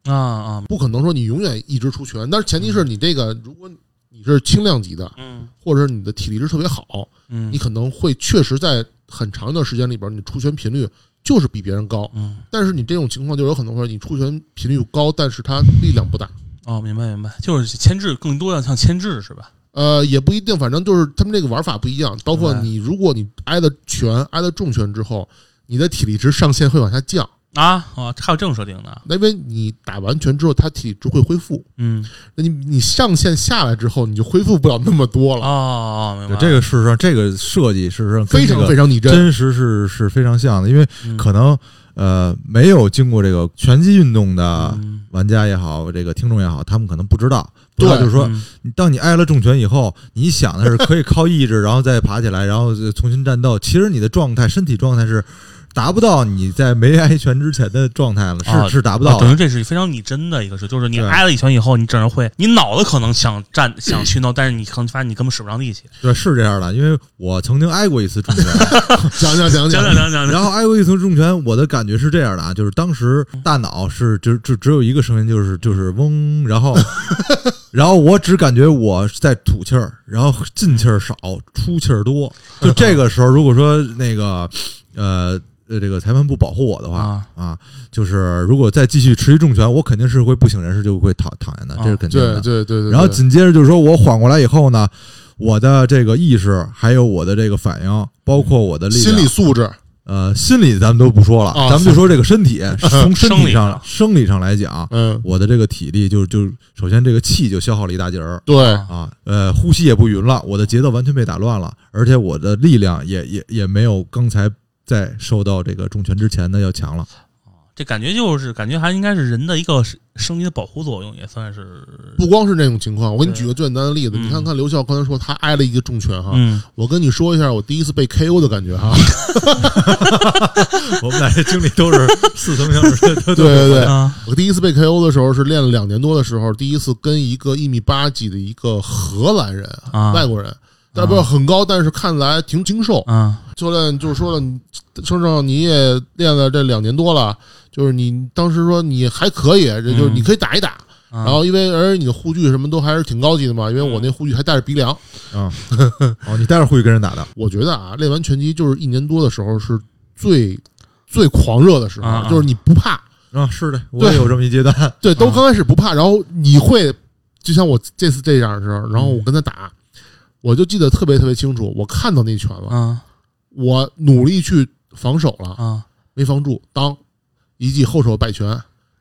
S8: 啊啊，
S1: 不可能说你永远一直出拳，但是前提是
S9: 嗯
S1: 你这个如果你是轻量级的，
S8: 嗯
S1: 或者是你的体力值特别好，
S8: 嗯，
S1: 你可能会确实在很长一段时间里边，你出拳频率就是比别人高。
S8: 嗯
S1: 但是你这种情况就有可能说你出拳频率高，但是它力量不大。
S8: 哦，明白明白，就是牵制更多的像牵制是吧？
S1: 呃，也不一定，反正就是他们这个玩法不一样。包括
S8: 明白
S1: 你，如果你挨了拳、挨了重拳之后，你的体力值上限会往下降。
S8: 啊哦，还有这种设定呢。
S1: 因为你打完拳之后，它体力值会恢复。
S8: 嗯
S1: 那你你上限下来之后，你就恢复不了那么多
S8: 哦
S1: 了，
S8: 哦，明白
S9: 这个事实上，这个设计事实上啊
S1: 非
S9: 跟这
S1: 常
S9: 个
S1: 非常拟真。
S9: 真实是是非常像的，因为
S8: 嗯
S9: 可能呃没有经过这个拳击运动的
S8: 嗯
S9: 玩家也好，这个听众也好，他们可能不知道，不知道
S1: 对
S9: 就是说，
S8: 嗯
S9: 你当你挨了重拳以后，你想的是可以靠意志，然后再爬起来，然后再重新战斗。其实你的状态、身体状态是达不到你在没挨拳之前的状态了，是、
S8: 啊
S9: 是达不到
S8: 啊
S9: 的。
S8: 等于这是非常拟真的一个事，就是你
S9: 对
S8: 挨了一拳以后，你整人会，你脑子可能想站想去弄，但是你可能发现你根本使不上力气。
S9: 对，是这样的，因为我曾经挨过一次重拳，
S1: 讲讲讲
S8: 讲讲 讲讲讲，
S9: 然后挨过一次重拳，我的感觉是这样的啊，就是当时大脑是 只只只有一个声音，就是就是嗡，然后 然后我只感觉我在吐气儿，然后进气儿少，出气儿多。就这个时候，如果说那个呃呃这个裁判不保护我的话
S8: 啊
S9: 啊，就是如果再继续持续重拳，我肯定是会不省人事，就会躺躺下的，这是肯定
S1: 啊对
S9: 的。
S1: 对对对。
S9: 然后
S1: 对
S9: 紧接着就是说我缓过来以后呢，我的这个意识，还有我的这个反应，包括我的力量
S1: 心理素质，
S9: 呃，心理咱们都不说了，
S1: 啊
S9: 咱们就说这个身 体，从身
S8: 生理
S9: 体上
S8: 上
S9: 生理上来讲，
S1: 嗯，
S9: 我的这个体力就就首先这个气就消耗了一大截儿
S1: 对，
S9: 啊，呃，呼吸也不匀了，我的节奏完全被打乱了，而且我的力量也也也没有刚才在受到这个重拳之前的要强 了。
S8: 这感觉就是感觉还应该是人的一个生生理的保护作用，也算是
S1: 不光是这种情况，我给你举个最简单的例子，
S8: 嗯
S1: 你看看刘笑刚才说他挨了一个重拳哈，
S8: 嗯，
S1: 我跟你说一下我第一次被 KO 的感觉 哈，
S9: 我们俩这经历都是似曾相识，
S1: 对对对，
S8: 啊，
S1: 我第一次被 KO 的时候是练了两年多的时候，第一次跟一个一米八几的一个荷兰人，
S8: 啊
S1: 外国人，代表很高，但是看来挺精瘦。
S8: 啊，
S1: 教练就是说了，你正正你也练了这两年多了，就是你当时说你还可以，这就是
S8: 嗯啊
S1: 你可以打一打。
S8: 然
S1: 然后因为而且你的护具什么都还是挺高级的嘛，因为
S8: 嗯
S1: 我那护具还带着鼻梁。
S9: 哦，你待会儿会跟人打的，
S1: 我觉得啊，练完拳击就是一年多的时候是最最狂热的时候，
S8: 啊啊
S1: 就是你不怕。
S9: 啊，是的，我也有这么一阶段，
S1: 对，都刚开始不怕，然后你会，就像我这次这样的时候，然后我跟他打，我就记得特别特别清楚，我看到那拳了，
S8: 啊
S1: 我努力去防守了，
S8: 啊
S1: 没防住，当一记后手摆拳，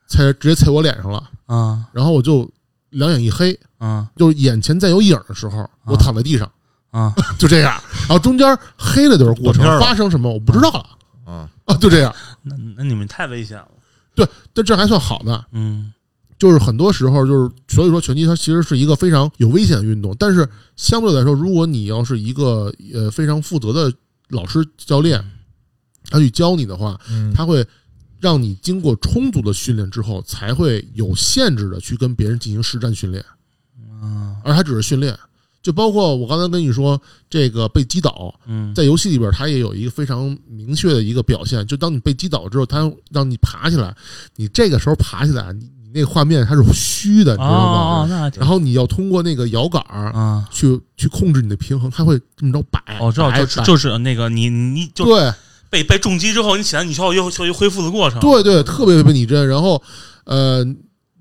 S1: 踩直接踩我脸上了，
S8: 啊
S1: 然后我就两眼一黑，
S8: 啊
S1: 就是眼前再有影儿的时候，我躺在地上，
S8: 啊！
S1: 就这样，然后中间黑了段过程
S9: 断片儿了
S1: 发生什么我不知道了
S9: 啊
S1: 啊，就这样，
S8: 那那你们太危险了，
S1: 对，但这还算好的，
S8: 嗯
S1: 就是很多时候就是，所以说拳击它其实是一个非常有危险的运动，但是相对来说，如果你要是一个呃非常负责的老师教练，他去教你的话，
S9: 嗯，
S1: 他会让你经过充足的训练之后，才会有限制的去跟别人进行实战训练，
S8: 啊
S1: 而他只是训练。就包括我刚才跟你说，这个被击倒，
S8: 嗯，
S1: 在游戏里边，它也有一个非常明确的一个表现，就当你被击倒之后，它让你爬起来，你这个时候爬起来，你你那个画面它是虚的，你知
S8: 哦
S1: 道
S8: 哦，哦
S1: 吗？
S8: 那还挺
S1: 然后你要通过那个摇杆儿
S8: 啊，
S1: 去去控制你的平衡，它会这么着摆，
S9: 哎
S8: 我哦知道，
S1: 摆
S8: 就是
S1: 摆
S8: 就是那个你你就嗯
S1: 对
S8: 被被重击之后，你起来你需要又需要恢复的过程，
S1: 对对，特别特别拟真。然后，呃，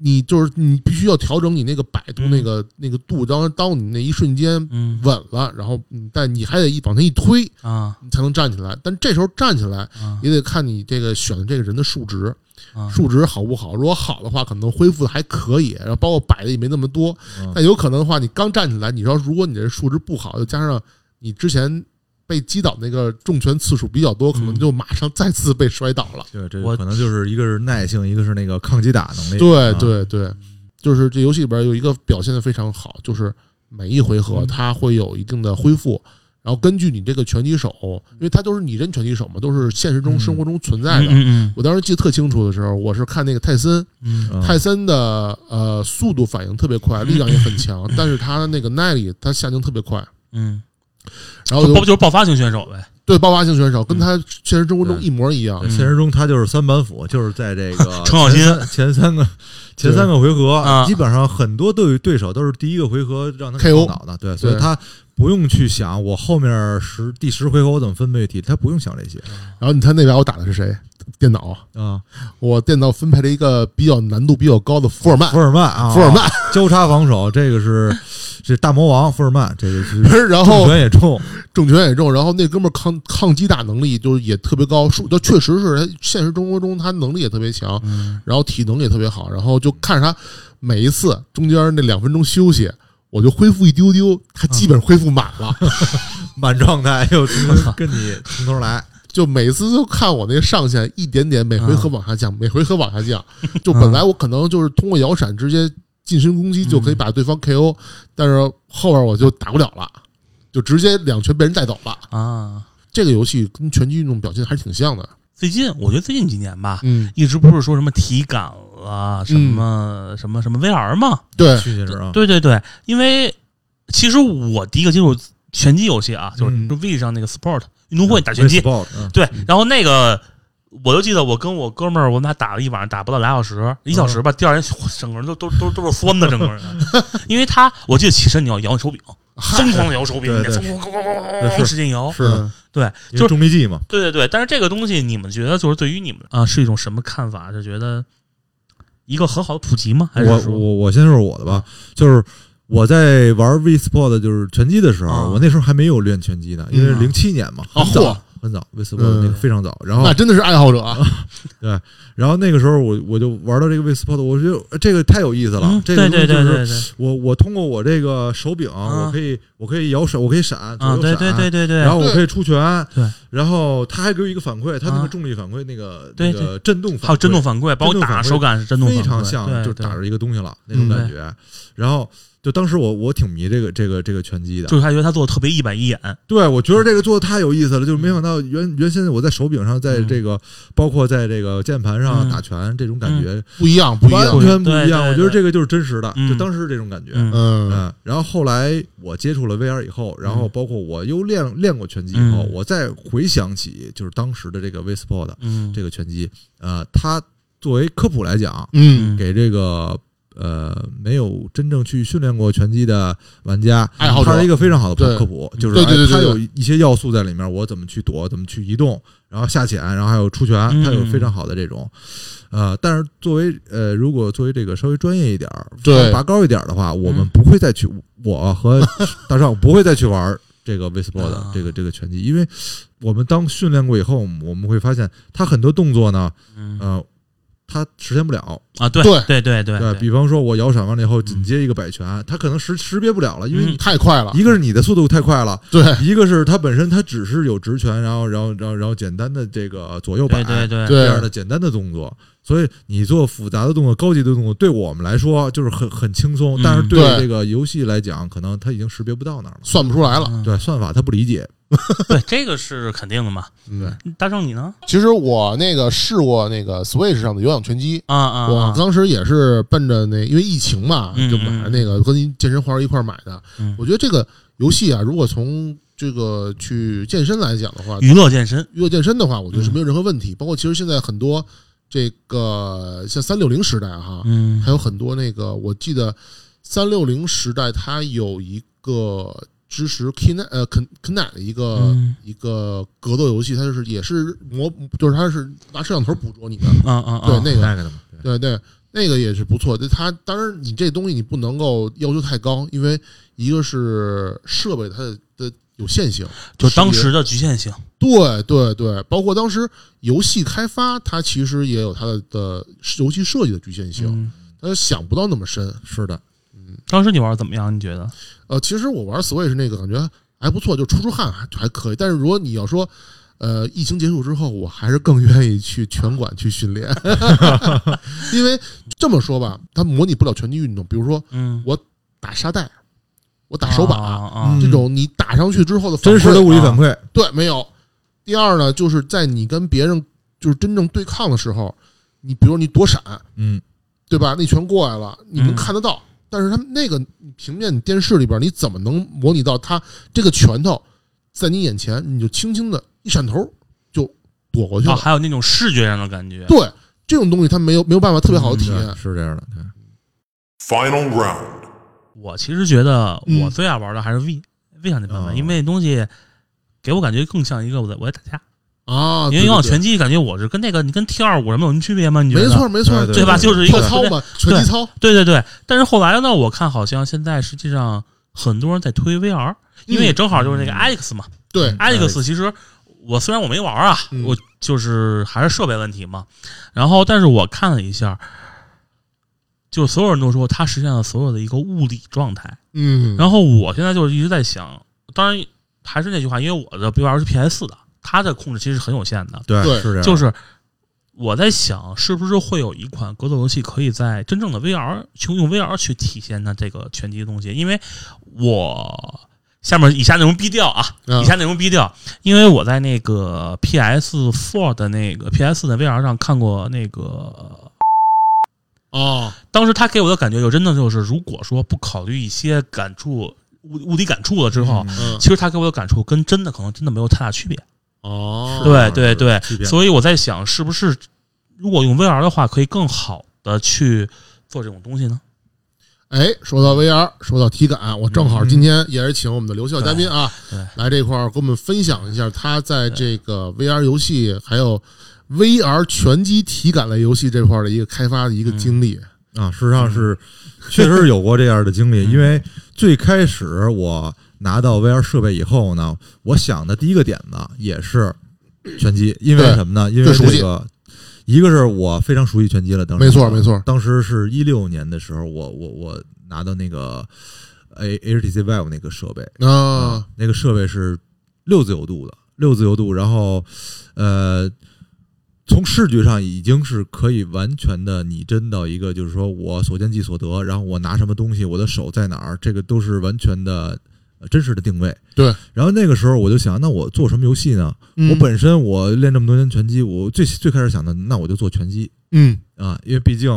S1: 你就是你必须要调整你那个摆动
S8: 嗯
S1: 那个那个度，当当你那一瞬间
S8: 嗯
S1: 稳了，然后你但你还得一往前一推，
S8: 啊
S1: 你才能站起来。但这时候站起来。
S8: 啊
S1: 也得看你这个选的这个人的数值，
S8: 啊
S1: 数值好不好？如果好的话，可能恢复的还可以，然后包括摆的也没那么多
S8: 啊
S9: 嗯。
S1: 但有可能的话，你刚站起来，你说如果你这数值不好，又加上你之前被击倒那个重拳次数比较多，可能
S8: 嗯
S1: 就马上再次被摔倒了。
S9: 对，这
S8: 我
S9: 可能就是一个是耐性，一个是那个抗击打能力，
S1: 对
S9: 啊
S1: 对对，就是这游戏里边有一个表现的非常好，就是每一回
S8: 嗯
S1: 合它会有一定的恢复。然后根据你这个拳击手，因为它都是拟真拳击手嘛，都是现实中
S9: 嗯
S1: 生活中存在的。
S8: 嗯嗯
S1: 我当时记得特清楚的时候，我是看那个泰森，
S8: 嗯嗯
S9: 嗯
S1: 泰森的呃速度反应特别快，力量也很强，但是他那个耐力他下降特别快，
S8: 嗯，
S1: 然后就
S8: 就爆嗯就是爆发型选手
S9: 嗯
S8: 呗，
S1: 对爆发性选手跟他现实生活中一模一样
S8: 嗯
S9: 对，现实中他就是三板斧，就是在这个
S8: 程咬金
S9: 前三前三个前三个回合
S8: 啊，
S9: 基本上很多对对手都是第一个回合让他
S1: KO
S9: 给倒的，对，所以
S1: 对
S9: 他不用去想我后面十第十回合我怎么分配体，他不用想这些
S1: 然后你看那边我打的是谁？电脑，
S9: 啊。
S1: 我电脑分配了一个比较难度比较高的福尔曼
S9: 福，尔曼啊，
S1: 福尔曼，
S9: 交叉防守，这个是这大魔王福尔曼，这个是
S1: 然
S9: 重
S1: 后
S9: 拳也重，
S1: 重拳也重，然后那哥们儿抗抗击打能力就是也特别高，数，就确实是他现实生活中他能力也特别强，然后体能也特别好，然后就看着他每一次中间那两分钟休息，我就恢复一丢丢，他基本恢复满了，
S9: 满状态又重新跟你从头来。
S1: 就每次都看我那上限一点点，每回合往下降，每回合往下降，就本来我可能就是通过摇闪直接近身攻击就可以把对方 KO，、但是后边我就打不了了，就直接两拳被人带走了。
S8: 啊。
S1: 这个游戏跟拳击运动表现还是挺像的，
S8: 最近我觉得最近几年吧，
S1: 嗯。
S8: 一直不是说什么体感了，什
S1: 嗯
S8: 么什么什么 VR 嘛，
S1: 对，
S9: 去去是啊，
S8: 对对对，因为其实我第一个接触拳击游戏啊，就是
S9: 嗯
S8: 就 V 上那个 Sport 运动会打拳击，
S9: baseball，嗯
S8: 对，然后那个我就记得我跟我哥们儿，我们俩打了一晚上，打不到俩小时，一小时吧，第二天我整个人都都都都是酸的，整 个人，因为他我记得起身你要摇手柄，疯狂的摇手柄，
S9: 对
S8: 你得
S9: 对
S8: 疯狂咣咣咣咣咣使劲摇，
S9: 是的，
S8: 对，
S9: 因
S8: 就
S9: 为
S8: 是
S9: 重力技嘛，
S8: 对对对，但是这个东西你们觉得就是对于你们啊是一种什么看法？就觉得一个很好的普及吗？还是
S9: 我
S8: 说
S9: 我我先说我的吧，就是我在玩 V Sport 就是拳击的时
S8: 啊
S9: 候，我那时候还没有练拳击呢，因为
S1: 嗯
S9: 零七年嘛，
S1: 啊
S9: 很
S1: 嚯
S9: 早很早 V Sport 那个
S1: 嗯
S9: 非常早。然后
S1: 那真的是爱好者啊！
S9: 然后那个时候我我就玩到这个 V Sport，我觉得呃这个太有意思了
S8: 嗯，，
S9: 这
S8: 对
S9: 个
S8: 对
S9: 东西
S8: 对
S9: 就是
S8: 对对对，
S9: 我我通过我这个手柄，我可以我可以摇手，我可以闪，左
S8: 啊，
S9: 右
S8: 对
S9: 闪，
S8: 对对对对，
S9: 然后我可以出拳，
S8: 对，
S9: 然后他还给我一个反馈，他那
S8: 啊
S9: 个重力反馈，那个
S8: 对
S9: 那个震动反馈，
S8: 还有震动反馈，包括
S9: 震动
S8: 打
S9: 反馈
S8: 手感是震动反馈，
S9: 非常像
S8: 对
S9: 就
S8: 对嗯
S9: 打着一个东西了那种感觉。然后就当时我我挺迷这个这个这个拳击的，
S8: 就是他觉得他做的特别一板一眼，
S9: 对我觉得这个做的太有意思了，就是没
S8: 嗯
S9: 想到原原先我在手柄上，在这个包括在这个键盘上
S8: 嗯
S9: 打拳这种感觉
S1: 不一样，不一
S9: 完
S1: 样。
S9: 全不
S8: 对
S9: 一样，
S8: 对
S9: 我觉得
S8: 对
S9: 这个就是真实的，
S8: 嗯
S9: 就当时这种感觉。
S8: 嗯
S1: 嗯
S9: 嗯，然后后来我接触了 VR 以后，然后包括我又练练过拳击以后，
S8: 嗯
S9: 我再回想起就是当时的这个 v s p o r t
S8: 嗯，
S9: 这个拳击，呃，它作为科普来讲，
S1: 嗯，
S9: 给这个呃没有真正去训练过拳击的玩家，
S1: 爱好者
S9: 它是一个非常好的
S1: 对
S9: 科普，就是
S1: 对对对
S9: 哎它
S1: 对
S9: 有一些要素在里面，我怎么去躲，怎么去移动，然后下潜，然后还有出拳，它有非常
S1: 嗯
S9: 好的这种。呃，但是作为呃，如果作为这个稍微专业一点儿，
S1: 对
S9: 拔高一点儿的话，我们
S8: 嗯
S9: 不会再去，我和大少不会再去玩儿这 个 v s p o r 的
S8: 啊
S9: 这个这个拳击，因为我们当训练过以后，我们会发现它很多动作呢，
S8: 嗯
S9: 呃，它实现不了，
S8: 啊，对
S1: 对
S8: 对对对
S9: 对比方说，我摇闪完了以后，紧接一个摆拳，他可能识识别不了了，因为
S8: 嗯
S9: 你
S1: 太快了，
S9: 一个是你的速度太快了，
S1: 对，
S9: 一个是他本身他只是有直拳，然后然后然后然后简单的这个左右摆
S8: 对对对，
S1: 对
S9: 这样的简单的动作，所以你做复杂的动作、高级的动作，对我们来说就是很很轻松
S8: 嗯，
S9: 但是对
S1: 对
S9: 这个游戏来讲，可能他已经识别不到那儿了。
S1: 算不出来了。
S8: 嗯
S9: 对算法他不理解，
S8: 对，这个是肯定的嘛。
S1: 对，
S8: 大圣你呢？
S1: 其实我那个试过那个 Switch 上的有氧拳击，
S8: 啊啊，
S1: 我
S8: 啊
S1: 当时也是奔着那，因为疫情嘛，
S8: 嗯
S1: 就买那个跟健身环一块儿买的
S8: 嗯。
S1: 我觉得这个游戏啊，如果从这个去健身来讲的话，
S8: 娱乐健身，
S1: 娱乐健身的话，我觉得是没有任何问题。包括其实现在很多这个像三六零时代啊哈，
S8: 嗯
S1: 还有很多那个，我记得三六零时代它有一个支持 Kin 呃 Kin Kin 的一个、
S8: 嗯
S1: 一个格斗游戏，它就是也是模，就是它是拿摄像头捕捉你的，
S8: 啊啊啊，
S1: 对那个
S9: 那个的嘛。对
S1: 对对，那个也是不错。它当然你这东西你不能够要求太高，因为一个是设备它的的有限性，
S8: 就当时的局限性，
S1: 嗯对对对，包括当时游戏开发，它其实也有它的的游戏设计的局限性，
S8: 嗯
S1: 它想不到那么深。
S9: 是的，
S8: 当时你玩得怎么样？你觉得？
S1: 呃，其实我玩 Switch 那个感觉还不错，就出出汗还还可以。但是如果你要说，呃，疫情结束之后，我还是更愿意去拳馆去训练， 因为这么说吧，它模拟不了拳击运动，比如说
S8: 嗯，
S1: 打沙袋，我打手把、嗯
S8: 啊啊
S1: 这种，你打上去之后的反
S9: 嗯真实的
S1: 馈
S9: 物理反馈，
S1: 对没有。第二呢，就是在你跟别人就是真正对抗的时候，你比如你躲闪，
S9: 嗯，
S1: 对吧？那拳过来了，你能
S8: 嗯
S1: 看得到，但是他们那个平面电视里边，你怎么能模拟到他这个拳头在你眼前，你就轻轻的一闪头就躲过去
S8: 啊
S1: 了？
S8: 啊，还有那种视觉上的感觉，
S1: 对，这种东西它没有没有办法特别好的
S8: 嗯
S1: 体验
S8: 啊
S9: 对，是这样的。对
S13: Final round.
S8: 我其实觉得
S1: 嗯
S8: 我最爱玩的还是 V V 上那版本，
S9: 哦
S8: 因为那东西给我感觉更像一个我在我在打架，
S1: 啊。
S8: 因为
S1: 对
S8: 有氧
S1: 对
S8: 拳击感觉我是跟那个你跟跳二舞什么有什么区别吗？你觉
S1: 没
S8: 得？
S1: 错没错，
S9: 对
S8: 哎对吧？就是一
S1: 跳
S8: 个
S1: 操嘛，拳击操，
S8: 对对对，但是后来呢，我看好像现在实际上很多人在推 VR，
S1: 嗯
S8: 因为也正好就是那个 Alex 嘛、
S9: 嗯
S1: 对，
S8: a l e x 其实我虽然我没玩啊，
S1: 嗯
S8: 我就是还是设备问题嘛。然后，但是我看了一下，就所有人都说它实现了所有的一个物理状态。
S1: 嗯，
S8: 然后我现在就是一直在想，当然还是那句话，因为我的 VR 是 PS 的，它的控制其实是很有限的，
S1: 对
S9: 对，是这样的，
S8: 就是。我在想，是不是会有一款格斗游戏可以在真正的 VR 去用 VR 去体现它这个拳击的东西？因为我下面以下内容逼掉啊，
S1: 啊
S8: 以下内容逼掉，因为我在那个 PS Four 的那个 PS 的 VR 上看过那个，
S1: 哦，
S8: 当时他给我的感觉就真的就是，如果说不考虑一些感触物物理感触了之后，
S1: 嗯
S8: 其实他给我的感触跟真的可能真的没有太大区别。
S1: 哦，
S8: 对对对
S9: 区，别
S8: 所以我在想，是不是如果用 VR 的话，可以更好的去做这种东西呢？
S1: 哎，说到 VR，说到体感，我正
S9: 嗯
S1: 好今天也是请我们的留校嘉宾啊，
S8: 对对
S1: 来这块儿给我们分享一下他在这个 VR 游戏还有 VR 拳击体感类游戏这块儿的一个开发的一个经历。
S9: 啊，事实上是
S1: 嗯
S9: 确实是有过这样的经历，因为最开始我拿到 VR 设备以后呢，我想的第一个点子也是拳击，因为
S1: 对
S9: 什么呢？因为
S1: 最熟
S9: 这个。一个是我非常熟悉拳击了，当时
S1: 没错没错
S9: 当时是一六年的时候，我我我拿到那个 A HTC Vive 那个设备，
S1: 啊，
S9: 那个设备是六自由度的，六自由度，然后呃，从视觉上已经是可以完全的拟真到一个，就是说我所见即所得，然后我拿什么东西，我的手在哪儿，这个都是完全的。呃真实的定位，
S1: 对。
S9: 然后那个时候我就想，那我做什么游戏呢？
S1: 嗯
S9: 我本身我练这么多年拳击，我最最开始想的，那我就做拳击
S1: 嗯
S9: 啊，因为毕竟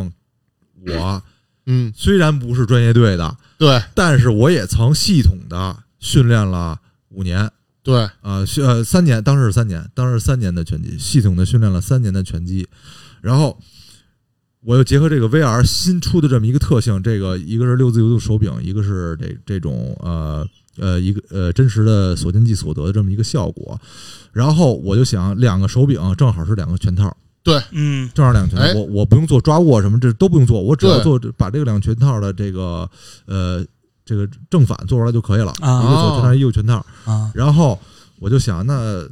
S9: 我
S1: 嗯，
S9: 虽然不是专业队的，
S1: 对
S9: 但是我也曾系统的训练了五年，
S1: 对，
S9: 啊，训呃三年，当时是三年，当时是三年的拳击，系统的训练了三年的拳击，然后我又结合这个 VR 新出的这么一个特性，这个一个是六自由度手柄，一个是这这种呃呃一个呃真实的所见即所得的这么一个效果，然后我就想两个手柄正好是两个拳套，
S8: 嗯，
S9: 正好两个拳套，
S1: 哎
S9: 我我不用做抓握什么，这都不用做，我只要
S1: 对
S9: 做把这个两个拳套的这个呃这个正反做出来就可以了，
S8: 啊
S9: 一个左拳套，一个右拳套。
S8: 啊，
S9: 然后我就想，那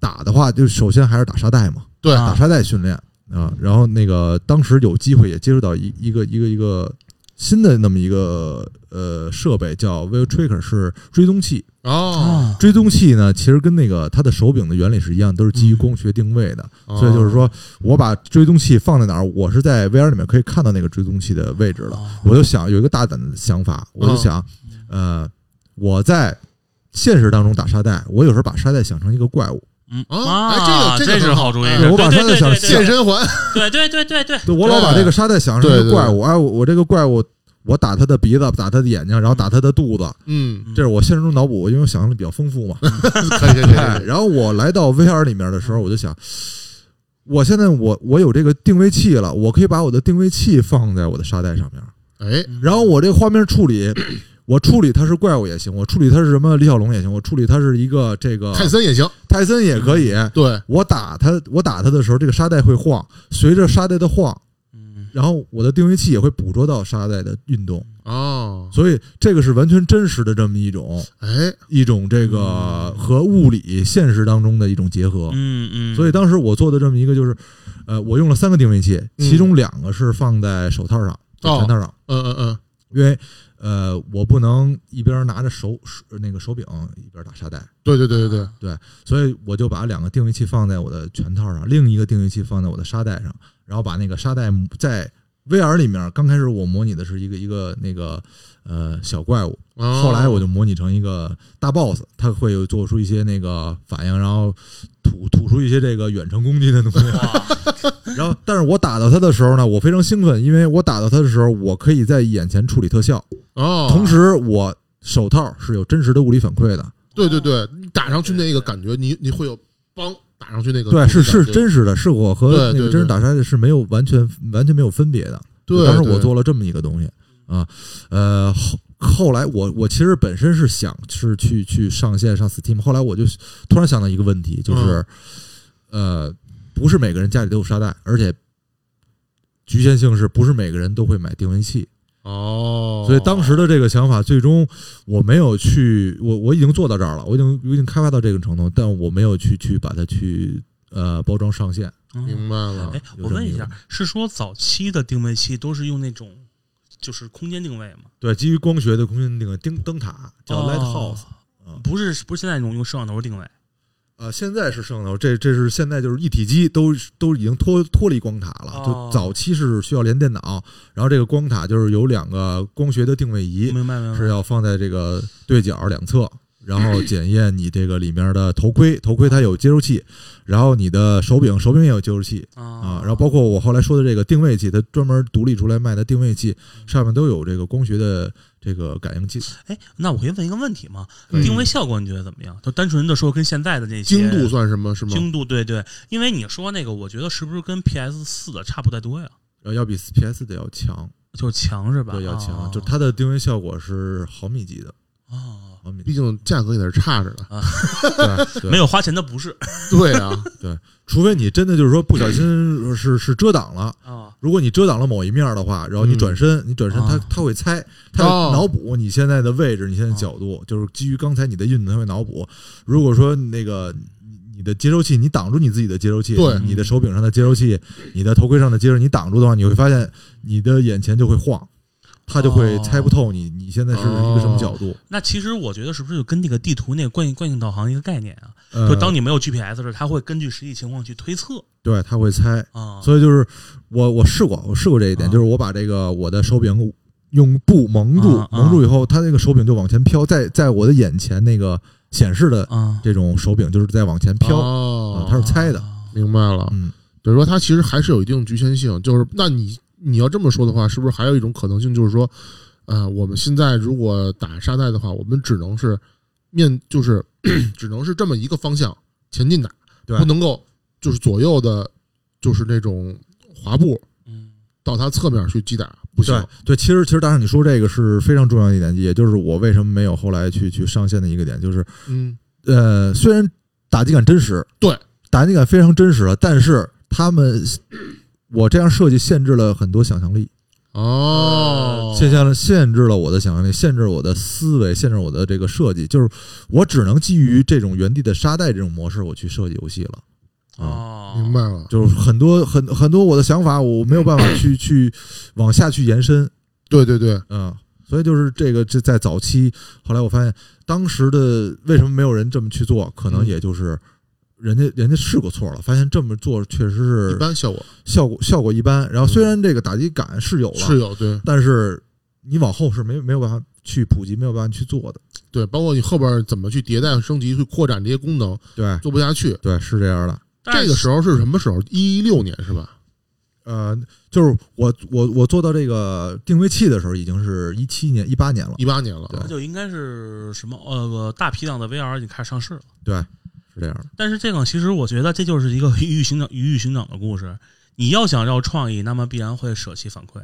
S9: 打的话，就首先还是打沙袋嘛，
S1: 对
S9: 打沙袋训练啊。然后那个当时有机会也接触到一一个一个一个新的那么一个呃设备，叫 Wave Tracker，是追踪器。
S1: 哦，
S8: 啊，
S9: 追踪器呢，其实跟那个它的手柄的原理是一样，都是基于光学定位的。
S1: 哦
S9: 所以就是说，我把追踪器放在哪儿，我是在 VR 里面可以看到那个追踪器的位置的。我就想有一个大胆的想法，我就想，呃，我在现实当中打沙袋，我有时候把沙袋想成一个怪物，
S8: 嗯
S1: 啊
S8: 啊，
S1: 哎这个这个
S8: 是
S1: 很好
S8: 好主意，
S1: 哎
S8: 对
S9: 我把
S8: 对
S9: 它
S8: 对
S9: 想
S8: 对
S1: 健身环，
S8: 对对对对对，
S9: 对我老把这个沙袋想成一个怪物，哎，我我这个怪物，我打他的鼻子，打他的眼睛，然后打他的肚子，
S1: 嗯，
S9: 这是我现实中脑补，因为我想象力比较丰富嘛。
S1: 可以可以可
S9: 哎
S1: 以，
S9: 然后我来到 VR 里面的时候，我就想，我现在我我有这个定位器了，我可以把我的定位器放在我的沙袋上面，
S1: 哎，
S9: 然后我这个画面处理， 我处理它是怪物也行，我处理它是什么李小龙也行，我处理它是一个这个
S1: 泰森也嗯行，
S9: 泰森也可以。
S1: 对，
S9: 我打它，我打它的时候，这个沙袋会晃，随着沙袋的晃，
S1: 嗯
S9: 然后我的定位器也会捕捉到沙袋的运动，
S1: 哦，
S9: 所以这个是完全真实的这么一种
S1: 哎，
S9: 一种这
S1: 嗯
S9: 个和物理现实当中的一种结合。
S8: 嗯嗯，
S9: 所以当时我做的这么一个就是，呃，我用了三个定位器，其中两个是放在手套上，在
S1: 嗯哦
S9: 拳套上，
S1: 嗯嗯嗯，
S9: 因为呃，我不能一边拿着手手那个手柄一边打沙袋，
S1: 对对对对对，
S9: 所以我就把两个定位器放在我的拳套上，另一个定位器放在我的沙袋上，然后把那个沙袋在 VR 里面，刚开始我模拟的是一个一个那个呃小怪物，
S1: 哦
S9: 后来我就模拟成一个大 boss，他会有做出一些那个反应，然后吐吐出一些这个远程攻击的东西。然后，但是我打到他的时候呢，我非常兴奋，因为我打到他的时候，我可以在眼前处理特效，
S1: 哦，
S9: 同时我手套是有真实的物理反馈的，
S1: 对对对，你打上去那个感觉，你你会有帮打上去那个
S9: 对，
S1: 感觉，
S9: 是是真实的，是我和
S1: 对
S9: 那
S1: 对
S9: 个
S1: 对
S9: 真实打沙袋是没有完全完全没有分别的。
S1: 对，
S9: 当时我
S1: 对
S9: 做了这么一个东西啊，呃，后后来我我其实本身是想是去去上线上 Steam，后来我就突然想到一个问题，就是、
S1: 嗯
S9: 呃，不是每个人家里都有沙袋，而且局限性是不是每个人都会买定位器？
S1: 哦，
S9: 所以当时的这个想法，最终我没有去，我我已经做到这儿了，我已经我已经开发到这个程度，但我没有去去把它去呃包装上线。
S1: 明白了
S8: 哎，
S9: 有
S8: 我
S9: 这么
S8: 问
S9: 一
S8: 一
S9: 个
S8: 下，是说早期的定位器都是用那种就是空间定位吗？
S9: 对，基于光学的空间那个灯灯塔叫 Lighthouse，、
S8: 哦不是不是现在那种用摄像头定位
S9: 呃，现在是摄像头，这这是现在就是一体机都都已经脱脱离光塔了。
S8: 哦
S9: 就早期是需要连电脑，然后这个光塔就是有两个光学的定位仪，
S8: 明白明白
S9: 是要放在这个对角两侧，然后检验你这个里面的头 盔，头盔它有接收器，然后你的手柄，手柄也有接收器啊
S8: 啊，
S9: 然后包括我后来说的这个定位器，它专门独立出来卖的定位器
S8: 嗯
S9: 上面都有这个光学的这个感应器，
S8: 哎，那我可以问一个问题吗？
S1: 嗯
S8: 定位效果你觉得怎么样？就单纯的说跟现在的那些
S1: 精度算什么？是吗？
S8: 精度，对对，因为你说那个，我觉得是不是跟 PS 四的差不太多呀？
S9: 呃，要比 PS 的要强，
S8: 就是强是吧？
S9: 对，要强，
S8: 哦
S9: 就它的定位效果是毫米级的
S8: 哦，
S9: 了。
S1: 毕竟价格也是差着的。
S9: 啊对对
S8: 没有花钱的不是
S1: 对啊，
S9: 对，除非你真的就是说不小心是是遮挡了，
S8: 啊，
S9: 如果你遮挡了某一面的话，然后你转身，你转身他
S8: 嗯啊
S9: 他会猜，他
S1: 哦
S9: 会脑补你现在的位置，你现在角
S8: 哦
S9: 度，就是基于刚才你的运动，他会脑补。如果说那个你你的接收器，你挡住你自己的接收器，
S1: 对
S9: 你的手柄上的接收器，你的头盔上的接收器，你挡住的话，你会发现你的眼前就会晃，他就会
S8: 哦
S9: 猜不透你你现在是一个什么角度。
S8: 那其实我觉得是不是就跟那个地图那个惯惯性导航一个概念啊？
S9: 呃
S8: 就当你没有 GPS 的时候，它会根据实际情况去推测
S9: 对他会猜，
S8: 啊。
S9: 所以就是我我试过，我试过这一点，
S8: 啊
S9: 就是我把这个我的手柄用布蒙住
S8: 啊，啊
S9: 蒙住以后，它那个手柄就往前飘，在在我的眼前那个显示的
S8: 啊，
S9: 这种手柄就是在往前 飘，啊
S1: 哦，
S9: 它是猜的，
S1: 明白了。
S9: 嗯，
S1: 等于说它其实还是有一定局限性。就是那你你要这么说的话，是不是还有一种可能性，就是说，呃，我们现在如果打沙袋的话，我们只能是面，就是 只能是这么一个方向前进打，
S9: 对
S1: 不能够就是左右的，就是那种滑步
S8: 嗯
S1: 到它侧面去击打，不行
S9: 对。对，其实其实大圣你说这个是非常重要的一点，也就是我为什么没有后来去去上线的一个点，就是
S1: 嗯，
S9: 呃，虽然打击感真实，
S1: 对，
S9: 打击感非常真实了，但是他们我这样设计限制了很多想象力。
S1: 哦，
S9: 限限了限制了我的想象力，限制了我的思维，限制了我的这个设计，就是我只能基于这种原地的沙袋这种模式，我去设计游戏了。啊、
S8: 哦，
S1: 明白了。
S9: 就是很多很很多我的想法，我没有办法去去往下去延伸。
S1: 对对对，
S9: 嗯，所以就是这个这在早期，后来我发现当时的为什么没有人这么去做，可能
S1: 嗯
S9: 也就是人家人家试过错了，发现这么做确实
S1: 一
S9: 是
S1: 般效果
S9: 效果效果一般。然后虽然这个打击感是有了，
S1: 是有对
S9: 但是你往后是没没有办法去普及，没有办法去做的。
S1: 对，包括你后边怎么去迭代、升级、去扩展这些功能，
S9: 对
S1: 做不下去。
S9: 对，是这样的。
S8: 但
S1: 这
S8: 是
S1: 个时候是什么时候？一六年是吧？
S9: 呃，就是我我我做到这个定位器的时候，已经是一七年、一八年了。
S1: 一八年了。
S9: 对
S8: 那就应该是什么呃大批量的 VR 已经开始上市了。
S9: 对，是这样的。
S8: 但是这个其实我觉得这就是一个 鱼与熊掌鱼与熊掌的故事。你要想要创意，那么必然会舍弃反馈；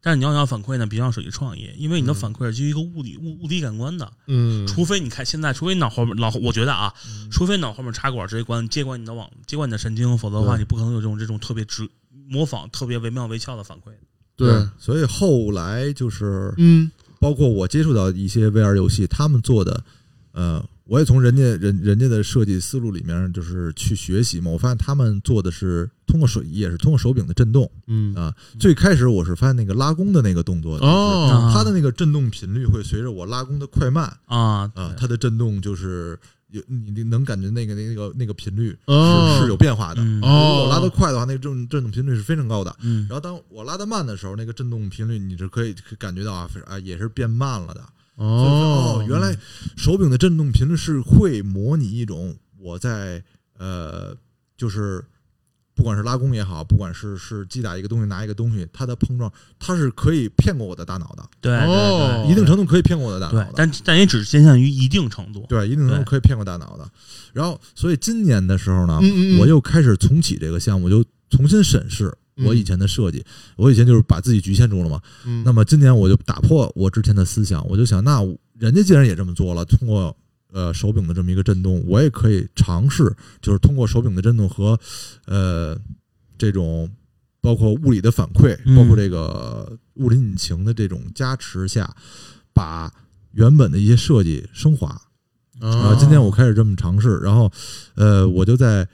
S8: 但是你要想反馈呢，必然要舍弃创意，因为你
S1: 嗯
S8: 的反馈是基于一个物理物物理感官的。
S1: 嗯，
S8: 除非你看现在，除非脑后面脑后，我觉得啊，
S9: 嗯
S8: 除非脑后面插管直接关接管你的网接管你的神经，否则的话
S1: 对
S8: 你不可能有这种这种特别直模仿特别惟妙惟肖的反馈。
S1: 对，
S9: 所以后来就是
S1: 嗯，
S9: 包括我接触到一些 VR 游戏，他们做的，呃，我也从人家人人家的设计思路里面就是去学习嘛。我发现他们做的是通过手也是通过手柄的震动
S1: 嗯
S9: 啊、最开始我是发现那个拉弓的那个动作的
S1: 哦
S8: 啊
S9: 它的那个震动频率会随着我拉弓的快慢
S8: 啊
S9: 啊，它的震动就是有你你能感觉那个那个那个频率是、
S1: 哦
S9: 是有变化的。如
S8: 嗯
S9: 果我拉得
S1: 哦
S9: 快的话，那个震震动频率是非常高的。
S8: 嗯
S9: 然后当我拉得慢的时候，那个震动频率你是可以可以感觉到啊，非啊也是变慢了的。所以说哦，原来手柄的震动频率是会模拟一种我在呃，就是不管是拉弓也好，不管是是击打一个东西拿一个东西，它的碰撞它是可以骗过我的大脑的。
S8: 对对
S1: 哦
S8: 对
S9: 一定程度可以骗过我的大
S8: 对
S9: 脑，的，
S8: 但但也只限限于一定程度。
S9: 对，一定程度
S8: 对
S9: 可以骗过大脑的。然后，所以今年的时候呢，
S1: 嗯嗯嗯
S9: 我又开始重启这个项目，就重新审视我以前的设计。我以前就是把自己局限住了嘛。
S1: 嗯
S9: 那么今年我就打破我之前的思想，我就想，那我人家既然也这么做了，通过呃手柄的这么一个震动，我也可以尝试，就是通过手柄的震动和呃这种包括物理的反馈，
S8: 嗯
S9: 包括这个物理引擎的这种加持下，把原本的一些设计升华。啊，
S1: 啊
S9: 今天我开始这么尝试，然后，呃，我就在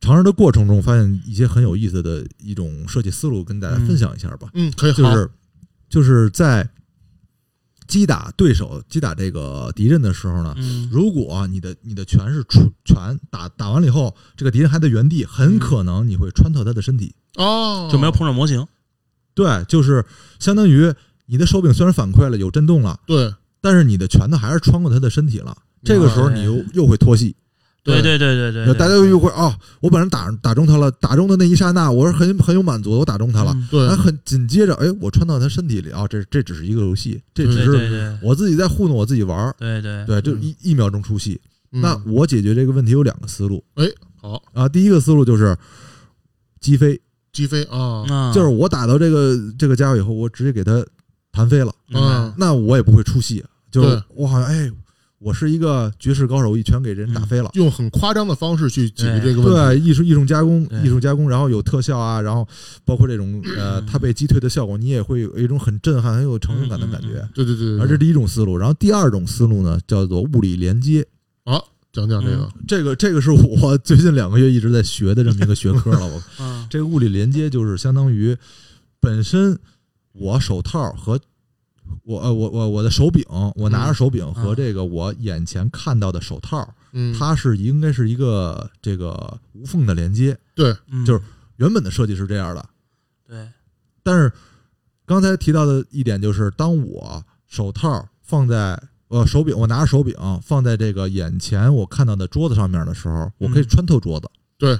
S9: 尝试的过程中发现一些很有意思的一种设计思路，跟大家分享一下吧。
S1: 嗯可以好
S9: 就是就是在击打对手、击打这个敌人的时候呢，
S8: 嗯，
S9: 如果你的你的拳是出拳打打完了以后，这个敌人还在原地，很可能你会穿透他的身体。
S1: 哦
S8: 就没有碰撞模型。
S9: 对，就是相当于你的手柄虽然反馈了有震动了，
S1: 对
S9: 但是你的拳头还是穿过他的身体
S8: 哦
S9: 了。这个时候你又又会脱戏。
S8: 对
S1: 对
S8: 对对对
S9: 那
S8: 对，
S9: 大家又会哦，我本来打打中他了，打中的那一刹那，我是很很有满足的，我打中他了。
S8: 嗯
S1: 对
S9: 然后很紧接着，哎，我穿到他身体里啊，这这只是一个游戏，这
S8: 对
S9: 只
S8: 对
S9: 是
S8: 对
S9: 我自己在糊弄我自己玩儿。
S8: 对对，
S9: 对，就一一秒钟出戏。
S1: 嗯
S9: 那我解决这个问题有两个思路
S1: 哎好
S9: 啊，第一个思路就是击飞，
S1: 击飞啊
S8: 嗯
S9: 就是我打到这个这个家伙以后，我直接给他弹飞了，
S8: 明白
S1: 嗯
S9: 那我也不会出戏，就
S1: 对
S9: 是我好像哎，我是一个绝世高手，我一拳给人打飞了。
S1: 用很夸张的方式去解决这个问
S9: 对，艺术艺术加工
S8: 对，
S9: 艺术加工，然后有特效啊，然后包括这种
S1: 嗯
S9: 呃，它被击退的效果，你也会有一种很震撼、很有成就感的感觉。
S1: 题。对对对对，
S9: 而这是第一种思路，然后第二种思路呢，叫做物理连接。
S1: 啊，讲讲这个，
S9: 这个这个是我最近两个月一直在学的这么一个学科 了。我
S8: 嗯
S9: 这个物理连接就是相当于本身我手套和我呃我我我的手柄，我拿着手柄和这个我眼前看到的手套，
S1: 嗯，
S9: 它是应该是一个这个无缝的连接。
S1: 对
S8: 嗯
S9: 就是原本的设计是这样的，
S8: 对，
S9: 但是刚才提到的一点就是，当我手套放在呃手柄，我拿着手柄放在这个眼前我看到的桌子上面的时候，我可以穿透桌子，
S1: 对，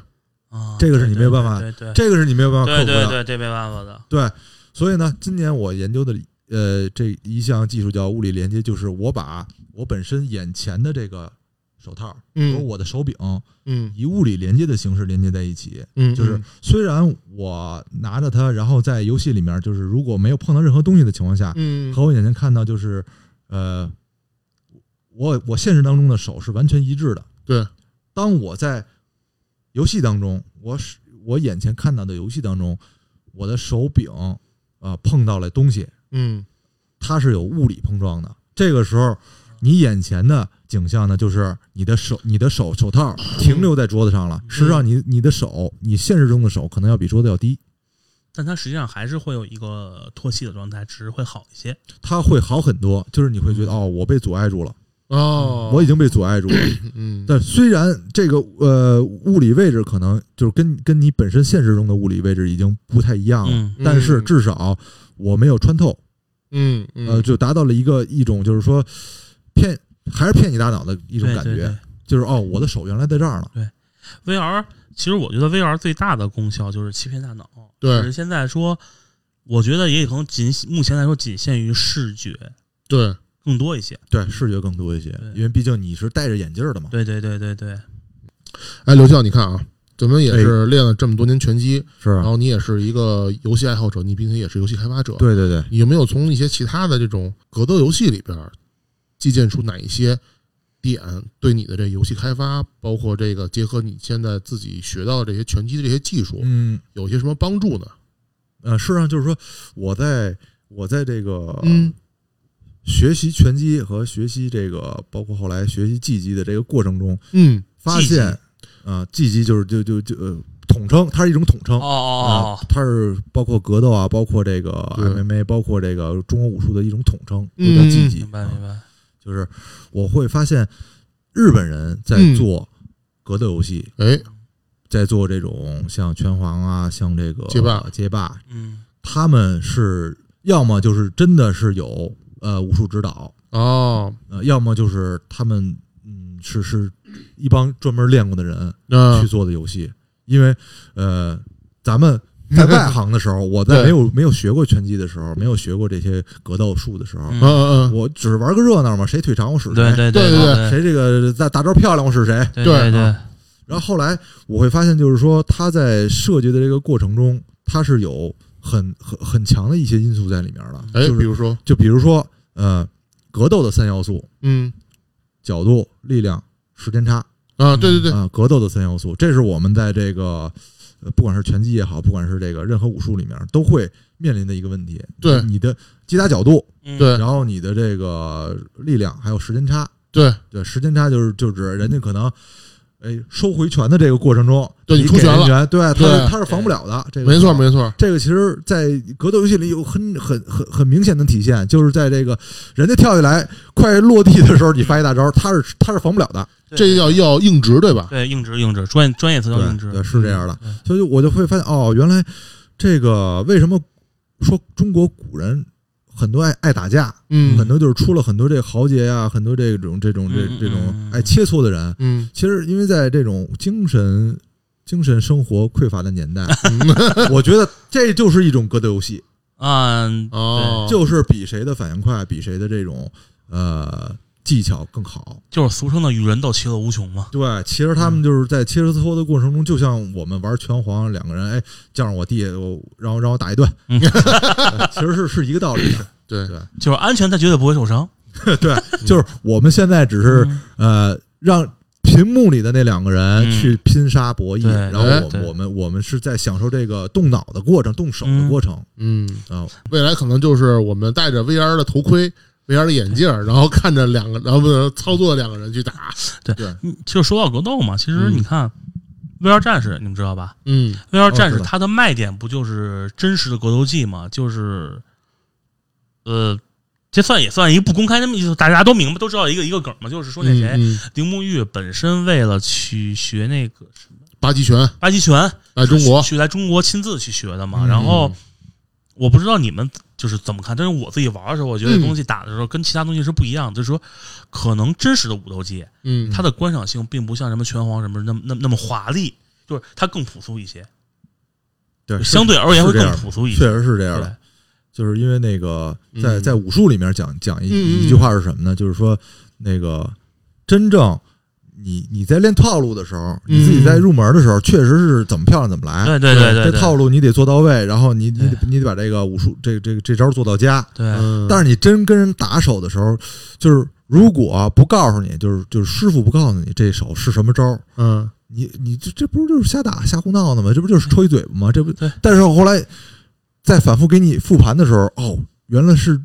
S8: 啊
S9: 这个是你没有办法
S8: 对对对
S9: 这个是你没有办法克
S8: 对
S9: 服的。
S8: 对对，这没办法的，
S9: 对，所以呢，今年我研究的呃这一项技术叫物理连接，就是我把我本身眼前的这个手套和
S1: 嗯
S9: 我的手柄
S1: 嗯
S9: 以物理连接的形式连接在一起。
S1: 嗯，
S9: 就是虽然我拿着它，然后在游戏里面，就是如果没有碰到任何东西的情况下，
S1: 嗯
S9: 和我眼前看到就是呃，我我现实当中的手是完全一致的。
S1: 对，
S9: 当我在游戏当中，我是我眼前看到的游戏当中，我的手柄啊、呃碰到了东西，
S1: 嗯
S9: 它是有物理碰撞的。这个时候，你眼前的景象呢，就是你的手、你的手手套停留在桌子上了。
S1: 嗯
S9: 实际上你，你的手，你现实中的手可能要比桌子要低，
S8: 但它实际上还是会有一个脱戏的状态，只是会好一些。
S9: 它会好很多。就是你会觉得，哦，我被阻碍住了，
S1: 嗯哦，
S9: 嗯我已经被阻 碍住了。
S1: 嗯
S9: 但虽然这个呃物理位置可能就是跟跟你本身现实中的物理位置已经不太一样了，
S8: 嗯
S9: 但是
S1: 嗯
S9: 至少我没有穿透，
S1: 嗯嗯
S9: 呃，就达到了一个一种就是说骗还是骗你大脑的一
S8: 一
S9: 种感觉，就是哦，我的手原来在这儿呢，
S8: VR 其实我觉得 VR 最大的功效就是欺骗大脑。
S1: 对
S8: 只是现在说，我觉得也可能仅目前来说仅限于视觉
S1: 对，
S8: 更多一些。
S9: 对，视觉更多一些
S8: 对，
S9: 因为毕竟你是戴着眼镜儿的嘛，
S8: 对对对对对，
S1: 哎，刘教，你看啊，咱们也
S9: 哎
S1: 是练了这么多年拳击，
S9: 是
S1: 然后你也是一个游戏爱好者，你并且也是游戏开发者，
S9: 对对对，
S1: 你有没有从一些其他的这种格斗游戏里边儿借鉴出哪一些点，对你的这游戏开发，包括这个结合你现在自己学到的这些拳击的这些技术，
S9: 嗯
S1: 有些什么帮助呢？
S9: 呃，事实上就是说我在我在这个
S1: 嗯
S9: 学习拳击和学习这个包括后来学习技击的这个过程中。
S1: 嗯
S9: 发现啊，技击就是就就就呃统称，它是一种统称
S8: 哦。哦
S9: 啊，它是包括格斗啊，包括这个
S1: 对
S9: MMA，包括这个中国武术的一种统称，
S1: 嗯
S9: 就叫技击
S8: 明。白明白。
S9: 就是我会发现，日本人在
S1: 嗯
S9: 做格斗游戏，
S1: 哎，
S9: 在做这种像拳皇啊，像这个
S1: 街霸
S9: 街霸，
S8: 嗯，
S9: 他们是要么就是真的是有呃武术指导，
S1: 哦，
S9: 呃，要么就是他们嗯是是一帮专门练过的人，
S1: 那
S9: 去做的游戏，因为呃，咱们在外行的时候，我在
S1: 对
S9: 没有没有学过拳击的时候，没有学过这些格斗术的时候，
S1: 嗯
S8: 嗯
S1: 嗯嗯，
S9: 我只是玩个热闹嘛，谁腿长我使谁，
S8: 对对
S1: 对对
S8: 对
S9: 谁这个大大招漂亮我使谁。
S8: 对
S1: 对
S8: 对对，
S9: 然后后来我会发现，就是说他在设计的这个过程中，他是有很很很强的一些因素在里面的，
S1: 哎，
S9: 就
S1: 比
S9: 是
S1: 如说，
S9: 就比如说呃，格斗的三要素：
S1: 嗯
S9: 角度、力量、时间差。
S1: 啊，对对对，
S9: 啊、格斗的三要素，这是我们在这个呃不管是拳击也好，不管是这个任何武术里面都会面临的一个问题。
S1: 对
S9: 你的击打角度，
S8: 嗯
S1: 对
S9: 然后你的这个力量，还有时间差。
S1: 对
S9: 对，时间差就是就指人家可能。哎，收回拳的这个过程中，
S1: 对
S9: 你
S1: 你出
S9: 给
S1: 拳
S9: 人
S1: 了
S9: 员对，他
S1: 对
S9: 是他是防不了的。这个
S1: 没错
S9: 是
S1: 没错，
S9: 这个其实，在格斗游戏里有很很很很明显的体现，就是在这个人家跳下来快落地的时候，你发一大招，他是他是防不了的。
S1: 这叫要硬直对吧？
S8: 对硬直硬直，专专业词叫
S9: 对
S8: 硬直。
S9: 对，是这样的
S8: 嗯。
S9: 所以我就会发现，哦，原来这个为什么说中国古人很多爱爱打架，
S1: 嗯
S9: 很多就是出了很多这个豪杰呀、很多这种这种这
S8: 嗯嗯
S9: 这种
S8: 嗯
S9: 爱切磋的人，
S1: 嗯
S9: 其实因为在这种精神。精神生活匮乏的年代， 我觉得这就是一种格斗游戏，
S8: 嗯，
S1: 哦，
S9: 就是比谁的反应快，比谁的这种呃技巧更好。
S8: 就是俗称的与人斗，其乐无穷嘛。
S9: 对，其实
S8: 嗯
S9: 他们就是在切磋磋的过程中，就像我们玩拳皇，两个人哎叫上我弟，我让我让我打一顿，
S8: 嗯
S9: 呃其实是是一个道理的。
S1: 对
S9: 对
S8: 就是安全，他绝对不会受伤。
S9: 对，就是我们现在只是呃让。屏幕里的那两个人
S8: 嗯
S9: 去拼杀博弈，
S8: 对
S9: 然后
S1: 哎
S8: 对
S9: 我我们我们是在享受这个动脑的过程、动手的
S8: 嗯
S9: 过程
S1: 嗯，
S9: 啊。
S1: 未来可能就是我们戴着 VR 的头盔、VR 的眼 镜，然后看着两个，然后不是操作两个人去打。
S8: 嗯就说到格斗嘛，其实你看。VR 战士，你们知道吧
S1: 嗯，
S8: ？VR 战士
S9: 知道
S8: 它的卖点不就是真实的格斗技嘛？就是，呃，这算也算一不公开的秘密，就是大家都明白，都知道一个一个梗嘛。就是说那谁，
S1: 嗯嗯
S8: 铃木玉本身为了去学那个
S1: 八极拳
S8: 八极拳，
S1: 来中国，嗯
S8: 去来中国亲自去学的嘛。然后我不知道你们就是怎么看，但是我自己玩的时候，我觉得
S1: 嗯
S8: 这东西打的时候跟其他东西是不一样的，就是说可能真实的武斗技，
S1: 嗯，
S8: 它的观赏性并不像什么拳皇什么那么那么那么华丽，就是它更朴素一些，
S9: 对，
S8: 相对而言
S9: 是
S8: 会
S9: 这样
S8: 更朴素一
S9: 确
S8: 些。
S9: 实是这样
S8: 对
S9: 的，就是因为那个在
S1: 嗯
S9: 在武术里面讲讲一、
S1: 嗯嗯
S9: 一句话是什么呢？就是说那个真正你你在练套路的时候，你自己在入门的时候，确实是怎么漂亮怎么来。
S8: 嗯对对对对
S9: 这
S8: 对，
S9: 套路你得做到位，然后你你得你得把这个武术这这这招做到家。
S8: 对，
S1: 嗯，
S9: 但是你真跟人打手的时候，就是如果不告诉你，就是就是师傅不告诉你这手是什么招儿，
S1: 嗯，
S9: 你你这这不是就是瞎打瞎胡闹呢吗？这不就是抽一嘴巴吗？这不
S8: 对，
S9: 但是后来再反复给你复盘的时候，哦，原来是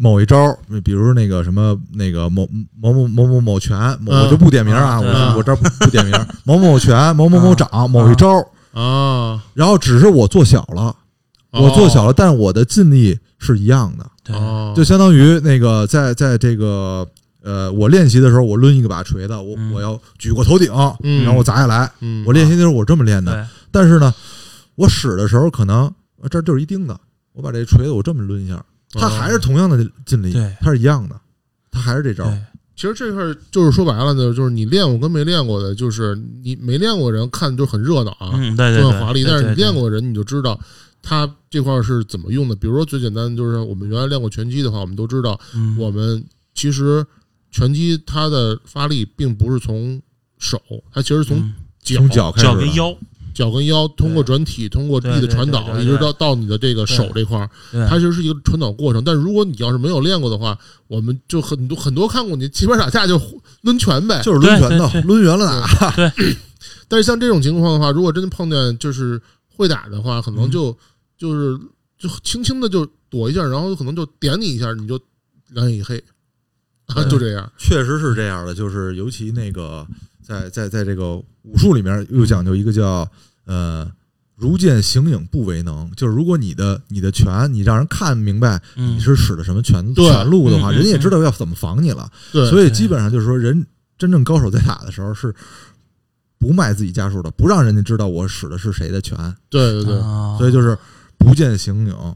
S9: 某一招儿，比如那个什么那个某某某某某某拳，某
S1: 嗯嗯
S9: 我就不点名啊，
S8: 对
S9: 我我这儿不不点名，某某拳，某某某掌，某一招儿，
S1: 啊，
S9: 然后只是我做小了，我做小了，但我的尽力是一样的。
S8: 对
S1: 哦，
S9: 就相当于那个在在这个呃，我练习的时候，我抡一个把锤子，我、
S8: 嗯
S9: 我要举过头顶，
S1: 嗯
S9: 然后我砸下来。
S1: 嗯
S9: 我练习的时候我这么练的，
S8: 对，
S1: 啊
S9: 但是呢，我使的时候可能呃这儿就是一钉子，我把这锤子我这么抡一下，它还是同样的劲力
S8: 嗯对，
S9: 它是一样的，它还是这招
S8: 对。
S1: 其实这块儿就是说白了呢，就是你练过跟没练过的，就是你没练过的人看就很热闹啊，
S8: 嗯，对对
S1: 就
S8: 对，
S1: 很华丽。
S8: 对
S1: 但是你
S8: 对对
S1: 练过的人，你就知道他这块儿是怎么用的。比如说最简单，就是我们原来练过拳击的话，我们都知道，
S8: 嗯
S1: 我们其实拳击它的发力并不是从手，它其实是从
S8: 嗯
S1: 脚
S9: 从、脚开始
S8: 脚
S9: 的
S8: 跟腰，
S1: 脚跟腰，通过转体，通过力的
S8: 对对
S1: 传
S8: 对
S1: 导，
S8: 对
S1: 一直
S8: 对
S1: 到到你的这个手这块儿，
S8: 对
S1: 它其实是一个传导过程。但如果你要是没有练过的话，我们就很多很多看过你骑边打架就抡拳呗，
S9: 就是抡拳
S8: 对
S9: 头，
S8: 对
S9: 抡圆了啊打。
S1: 但是像这种情况的话，如果真的碰见就是会打的话，可
S8: 嗯
S1: 能就、就是就轻轻的就躲一下，然后可能就点你一下，你就两眼一黑，啊， 就这样。
S9: 确实是这样的，就是尤其那个在在在这个武术里面又讲究一个叫呃如见形影不为能，就是如果你的你的拳你让人看明白
S8: 嗯
S9: 你，是使的什么拳
S1: 对
S9: 拳路的话，
S8: 嗯嗯
S9: 人也
S8: 嗯
S9: 知道要怎么防你了。
S1: 对，
S9: 所以基本上就是说，人真正高手在打的时候是不卖自己家数的，不让人家知道我使的是谁的拳，
S1: 对对对，
S8: 啊
S9: 所以就是不见形影。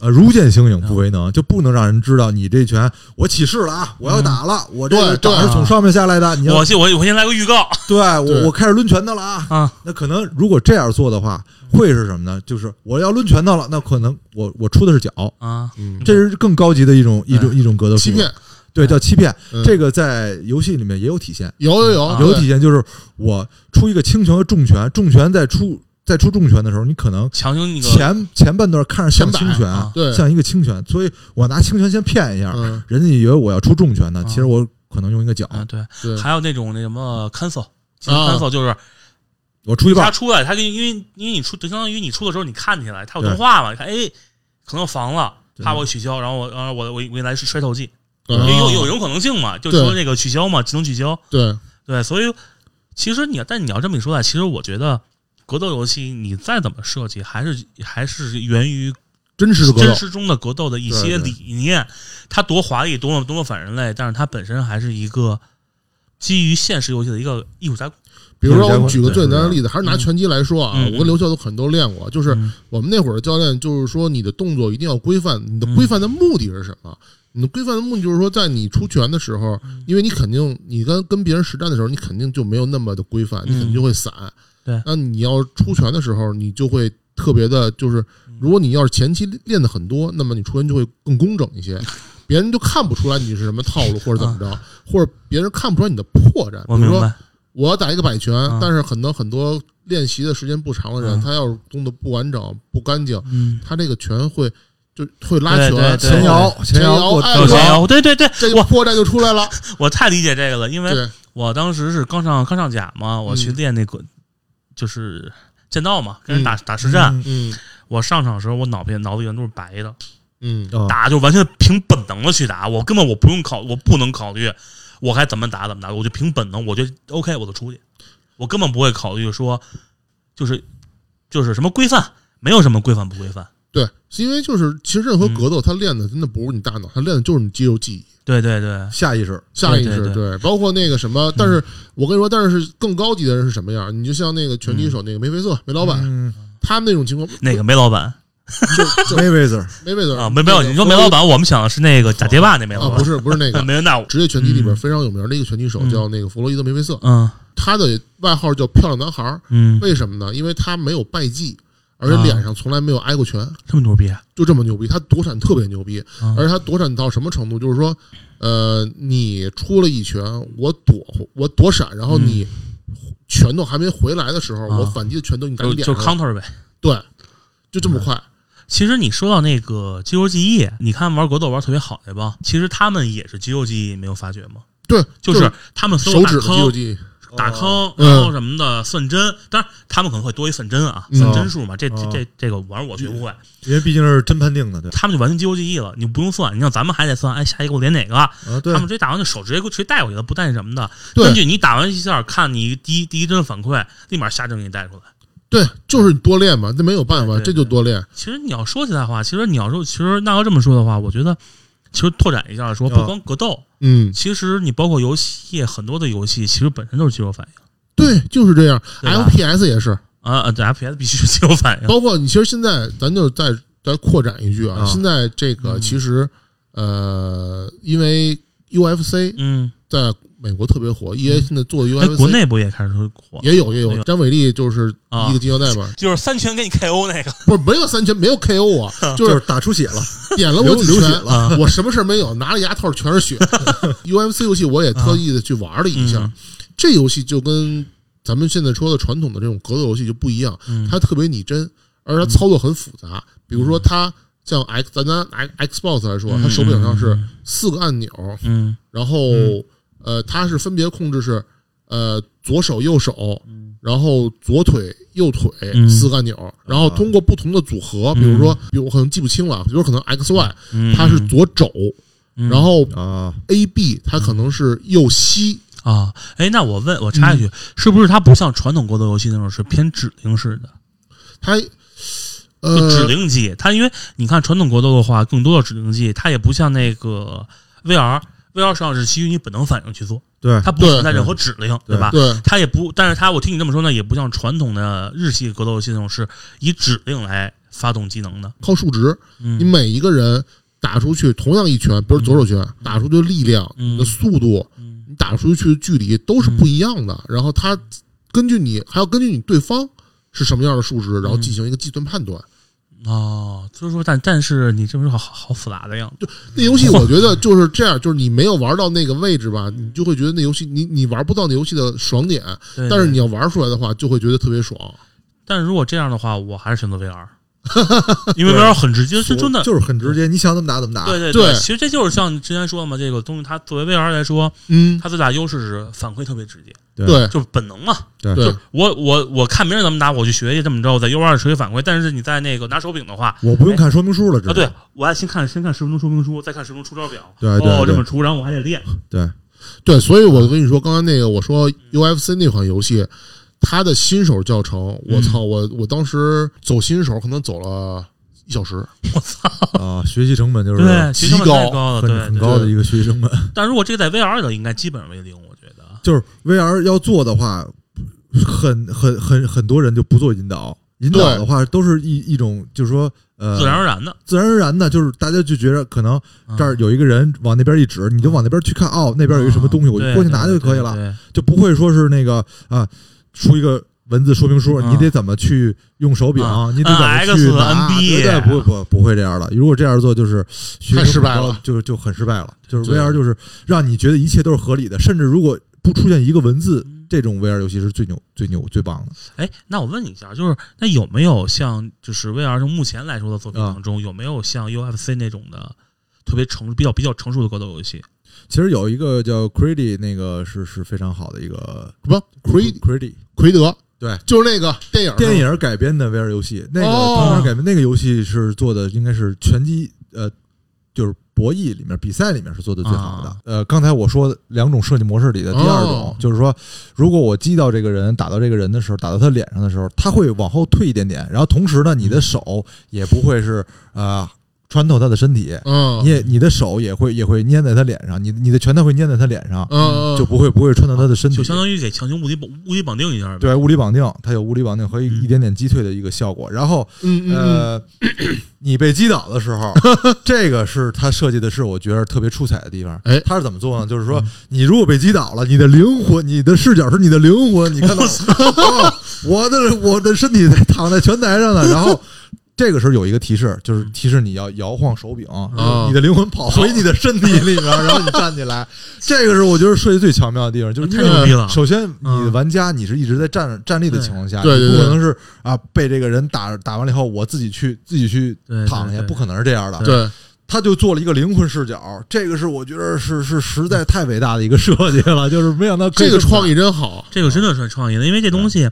S9: 呃，如见形影不为
S1: 哦
S9: 能，就不能让人知道你这拳我起势了啊，我要打了，
S1: 嗯
S9: 我这
S1: 对
S9: 个
S1: 对
S9: 掌是从上面下来的，你要
S8: 我先我我先来个预 告
S9: 对
S1: 对
S9: 我我开始抡拳头了啊，
S8: 啊，
S9: 那可能如果这样做的话，会是什么呢？就是我要抡拳头了，那可能我我出的是脚，
S8: 啊，
S1: 嗯，
S9: 这是更高级的一种一种一种格斗
S1: 欺
S9: 术
S1: 骗，
S9: 对，叫欺骗。
S1: 嗯
S9: 这个在游戏里面也有体现，
S1: 有有有
S8: 啊
S9: 有
S1: 对
S9: 体现就是我出一个轻拳和重拳，重拳在出在出重拳的时候，你可能
S8: 强行那个
S9: 前前半段看着像
S1: 前
S9: 轻
S1: 摆
S9: 拳，
S8: 啊
S1: 对
S9: 像一个轻拳，所以我拿轻拳先骗一下，
S1: 嗯，
S9: 人家以为我要出重拳呢，
S8: 啊
S9: 其实我可能用一个脚，
S8: 啊，对，
S1: 对，
S8: 还有那种那什么 cancel。
S1: 嗯啊
S8: cancel 就是
S9: 我出一
S8: 他
S9: 半，
S8: 出来，他给因为因为你出，就相当于你出的时候，你看起来他有动画嘛，你看哎，可能有防了，
S9: 对
S8: 怕我取消，然后我然后我我我来是摔头技，
S1: 啊
S8: 因为有有一种可能性嘛，就是说那个取消嘛，只能取消，
S1: 对，
S8: 对，所以其实你但你要这么一说来，其实我觉得格斗游戏你再怎么设计，还是还是源于
S1: 真实的格斗
S8: 真，实中的格斗的一些理念，它多华丽，多么多么反人类，但是它本身还是一个基于现实游戏的一个艺术加工，
S1: 比如说，我
S9: 有
S1: 们
S9: 些
S1: 举个最简单的
S9: 对
S1: 例子，还是拿
S8: 嗯
S1: 拳击来说啊，
S8: 嗯
S1: 我跟刘教授可能都练过，就是
S8: 嗯
S1: 我们那会儿的教练就是说，你的动作一定要规范，你的
S8: 嗯
S1: 规范的目的是什么？你的规范的目的就是说，在你出拳的时候，
S8: 嗯
S1: 因为你肯定你跟跟别人实战的时候，你肯定就没有那么的规范，你肯定就会散。
S8: 嗯对
S1: 那你要出拳的时候，你就会特别的，就是
S8: 嗯
S1: 如果你要是前期练的很多，那么你出拳就会更工整一 些。别人就看不出来你是什么套路，或者怎么着，或者别人看不出来你的破绽。
S8: 啊我
S1: 比
S8: 明
S1: 如说
S8: 白，
S1: 我要打一个摆拳，
S8: 啊
S1: 但是很多很多练习的时间不长的人，
S8: 啊
S1: 他要是动作不完整、不干净，
S8: 嗯
S1: 他这个拳会就会拉
S8: 对对
S1: 拳，
S8: 对
S1: 前摇
S9: 对
S1: 前摇
S9: 前
S1: 哎
S9: 摇
S8: 有
S9: 过
S8: 钱
S1: 呦，
S8: 对对对，
S1: 这
S8: 我
S1: 破绽就出来 了。
S8: 我太理解这个了，因为
S1: 对，
S8: 我当时是刚上刚上甲嘛，我去
S1: 嗯
S8: 练那个、就是剑道嘛，跟人打、打实战。
S1: 嗯
S8: 我上场的时候，我脑边脑子里面都是白的，
S1: 嗯
S9: 哦
S8: 打就完全凭本能的去打，我根本我不用考，我不能考虑我该怎么打怎么打，我就凭本能，我就 OK 我就出去，我根本不会考虑说就是就是什么规范，没有什么规范不规范，
S1: 对，是因为就是其实任何格斗，它练的真的不是你大脑，它练的就是你肌肉记忆、
S8: 对对对，
S9: 下 意识
S1: 下意识。
S8: 嗯对对嗯
S1: 包括那个什么，但是我跟你说，但是更高级的人是什么样？你就像那个拳击手那个梅菲瑟梅老板，
S8: 嗯
S9: 嗯
S1: 他们那种情况，
S8: 那个梅老板
S9: 没位子，
S1: 梅菲瑟
S8: 啊，没没有，你说梅老板，我们想的是那个打街霸那梅
S1: 啊，
S8: 老板，
S1: 不是不是那个。
S8: 梅文大武，
S1: 职业拳击里边非常有名的一个拳击手叫那个弗洛伊德梅菲瑟，
S8: 嗯
S1: 他的外号叫“漂亮男孩儿
S8: 嗯”，，啊
S1: 为什么呢？因为他没有败绩，而且脸上从来没有挨过拳，
S8: 这么牛逼啊，
S1: 就这么牛逼。他躲闪特别牛逼，
S8: 啊
S1: 而且他躲闪到什么程度？就是说，呃，你出了一拳，我躲我躲闪，然后你拳头还没回来的时候，
S8: 嗯啊
S1: 我反击的拳头你打
S8: 就嗯
S1: 你脸
S8: 就
S1: 上，
S8: 是 counter 呗。
S1: 对，就这么快。
S8: 其实你说到那个肌肉记忆，你看玩格斗玩特别好那帮，其实他们也是肌肉记忆没有发觉吗？
S1: 对，
S8: 就
S1: 就是
S8: 他们所有
S1: 手
S8: 打
S1: 指的肌肉
S8: 坑、
S1: 记忆，
S8: 打坑，
S1: 嗯
S8: 然后什么的算针，当然他们可能会多一算针啊，
S1: 嗯
S8: 算针数嘛，这这
S9: 哦
S8: 这这个玩意儿我学不会，
S9: 因为毕竟是真判定的，对
S8: 他们就完全肌肉记忆了，你不用算，你像咱们还得算，哎，下一个我连哪个？
S9: 啊，对
S8: 他们直接打完就手直接给我直接带过去了，不带什么的。
S1: 对
S8: 根据你打完一下，看你第一第一针反馈，立马下针给你带出来。
S1: 对，就是你多练嘛，那没有办法，
S8: 对对
S1: 这就多练。
S8: 其实你要说起来的话，其实你要说，其实那要这么说的话，我觉得其实拓展一下
S5: 啊
S8: 说，
S9: 嗯
S8: 不光格斗，
S1: 嗯，
S8: 其实你包括游戏很多的游戏，其实本身都是肌肉反应
S1: 对，就是这样。
S8: 对吧
S1: FPS 也是，
S8: 啊啊，对 FPS 必须是肌肉反应。
S1: 包括你，其实现在咱就再再扩展一句啊，
S9: 啊
S1: 现在这个其实、呃，因为 UFC
S8: 嗯，
S1: 在美国特别火、e a 现在做的
S8: 哎，
S1: UFC
S8: 国内不也开始火？
S1: 也有也
S8: 那
S1: 有，
S8: 个
S1: 张伟丽就是
S8: 啊
S1: 一个季后赛嘛，
S5: 就是三拳给你 KO 那个，
S1: 不是没有三拳，没有 KO 啊，就
S9: 就是是打出血了，
S1: 点了我几
S9: 流
S1: 拳
S9: 流血，
S8: 了
S1: 我什么事儿没有，拿着牙套全是血。UFC 游戏我也特意的去玩了一下，
S8: 嗯
S1: 这游戏就跟咱们现在说的传统的这种格斗游戏就不一样，
S8: 嗯
S1: 它特别拟真，而它操作很复杂。比如说，它像 X，咱拿 X Xbox 来说，
S8: 嗯
S1: 它手柄上是四个按钮，
S8: 嗯
S1: 然后呃，它是分别控制是呃左手右手，然后左腿右腿
S8: 嗯
S1: 四个按钮，然后通过不同的组合，比如说，比如我可能记不清了，比如可能 X Y
S8: 嗯，
S1: 它是左肘，
S8: 嗯，
S1: 然后
S9: 啊，
S1: A B 它可能是右膝，
S8: 啊，哎，那我问，我插一句，是不是它不像传统格斗游戏那种是偏指令式的，
S1: 它
S8: 就指
S1: 呃
S8: 令技？它因为你看传统格斗的话，更多的指令技，它也不像那个 VR。VR 上是基于你本能反应去做，
S9: 对，
S8: 它不存在任何指令，对吧？
S1: 对
S8: 它也不，但是它我听你这么说呢，也不像传统的日系格斗游戏那种是以指令来发动技能的。
S1: 靠数值，
S8: 嗯
S1: 你每一个人打出去同样一拳，比如左手拳打出去的力量、
S8: 嗯
S1: 你的速度、
S8: 嗯
S1: 你打出去的距离都是不一样的。然后它根据你，还要根据你对方是什么样的数值，然
S8: 嗯
S1: 后进行一个计算判断。
S8: 哦，就是说，但但是你这么说好好好复杂的样子。
S1: 那游戏我觉得就是这样，就是你没有玩到那个位置吧，你就会觉得那游戏你你玩不到那游戏的爽点，
S8: 对
S1: 但是你
S8: 对
S1: 要玩出来的话，就会觉得特别爽。
S8: 但是如果这样的话，我还是选择 VR，因为 VR 很直接，是真的。
S9: 就是很直接，你想怎么打怎么打，
S8: 对对
S1: 对
S8: 其实这就是像之前说的嘛，这个东西它作为 VR 来说，
S1: 嗯，
S8: 它最大优势是反馈特别直接，
S1: 对
S8: 就是本能嘛。
S9: 对
S1: 对
S8: 就，我我我看别人怎么打，我去学习这么着，我在 U 二学习反馈。但是你在那个拿手柄的话，
S9: 我不用看说明书了，
S8: 啊，
S9: 知
S8: 对
S9: 道，
S8: 我还先看先看十分钟说明书，再看十分钟出招表，
S9: 对对
S8: 哦，
S9: 对
S8: 这么出，然后我还得练，
S9: 对
S1: 对，所以我跟你说，刚才那个我说 UFC 那款游戏，它的新手教程，
S9: 嗯
S1: 我操，我我当时走新手可能走了一小时，
S9: 啊，学习成本就是
S8: 对，
S9: 极
S8: 其实成本太
S9: 高，
S8: 高了，
S9: 很
S8: 哦对
S9: 很
S8: 对
S9: 高的一个学习成本。
S8: 但如果这个在 VR 的，应该基本上为零，我觉得。
S9: 就是 VR 要做的话，很很很很多人就不做引导，引导
S1: 对
S9: 的话都是一一种就是说呃
S8: 自然而然的，
S9: 自然而然的，就是大家就觉得可能
S8: 嗯
S9: 这儿有一个人往那边一指，你就往那边去看，哦，那边有一什么东西，我就
S8: 嗯对
S9: 过去拿就可以
S8: 对
S9: 了，
S8: 对
S9: 就不会说是那个啊，出一个文字说明书，
S1: 啊
S8: 嗯
S9: 你得怎么去用手柄
S8: 嗯，
S9: 你得怎么去
S8: NX
S9: 拿，
S8: NB
S9: 对对，不不不会这样的。如果这样做，就是学
S1: 太失败了，
S9: 就就很失败了。就是
S1: 对嗯
S9: VR 就是让你觉得一切都是合理的，甚至如果不出现一个文字，这种 VR 游戏是最牛、最牛、最棒的。
S8: 哎，那我问你一下，就是那有没有像就是 VR 就目前来说的作品
S9: 啊
S8: 当中，有没有像 UFC 那种的特别成比较比较成熟的格斗游戏？
S9: 其实有一个叫 Creedy，那个是是非常好的一个
S1: 什么奎
S9: Creedy
S1: 奎德，
S9: 对，
S1: 就是那个电影，
S9: 电影改编的 VR 游戏，那个
S1: 哦
S9: 动画改编那个游戏是做的应该是拳击呃，就是博弈里面比赛里面是做的最好的。
S8: 啊
S9: 呃，刚才我说的两种设计模式里的第二种，
S1: 哦
S9: 就是说，如果我击到这个人，打到这个人的时候，打到他脸上的时候，他会往后退一点点，然后同时呢，你的手也不会是呃穿透他的身
S8: 哦
S9: 体，
S1: 嗯，
S9: 你也你的手也会也会粘在他脸上，你你的拳头会粘在他脸上，
S1: 嗯，嗯
S9: 就不会不会穿透他的身体，
S8: 哦就相当于给强行物理绑物理绑定一下呗。
S9: 对物理绑定，它有物理绑定和一
S8: 嗯
S9: 一点点击退的一个效果。然后，
S1: 嗯嗯
S9: 呃，你被击倒的时 候，这个是它设计的是我觉得特别出彩的地方。
S1: 哎
S9: 它是怎么做呢？就是说，你如果被击倒了，你的灵魂，你的视角是你的灵魂，你看到哦我的我的身体在躺在拳台上呢，然后。这个时候有一个提示，就是提示你要摇晃手柄，
S1: 嗯
S9: 你的灵魂跑回你的身体里面，然后你站起 来。这个是我觉得设计最巧妙的地方，就是
S1: 嗯
S8: 太
S9: 因为
S8: 牛逼了
S9: 首先，你
S8: 嗯
S9: 玩家你是一直在站站立的情况下，
S1: 对对
S9: 你不
S1: 对
S9: 可能是啊被这个人打打完了以后，我自己去自己去
S8: 对对
S9: 躺下，
S8: 对
S9: 不可能是这样
S1: 嗯，
S9: 的。
S1: 对，
S9: 他就做了一个灵魂视角，这个是我觉得是是实在太伟大的一个设计 了，就是没想到
S1: 这个创
S9: 意。
S1: 意真好，
S8: 这个真的是创意的，因为这东西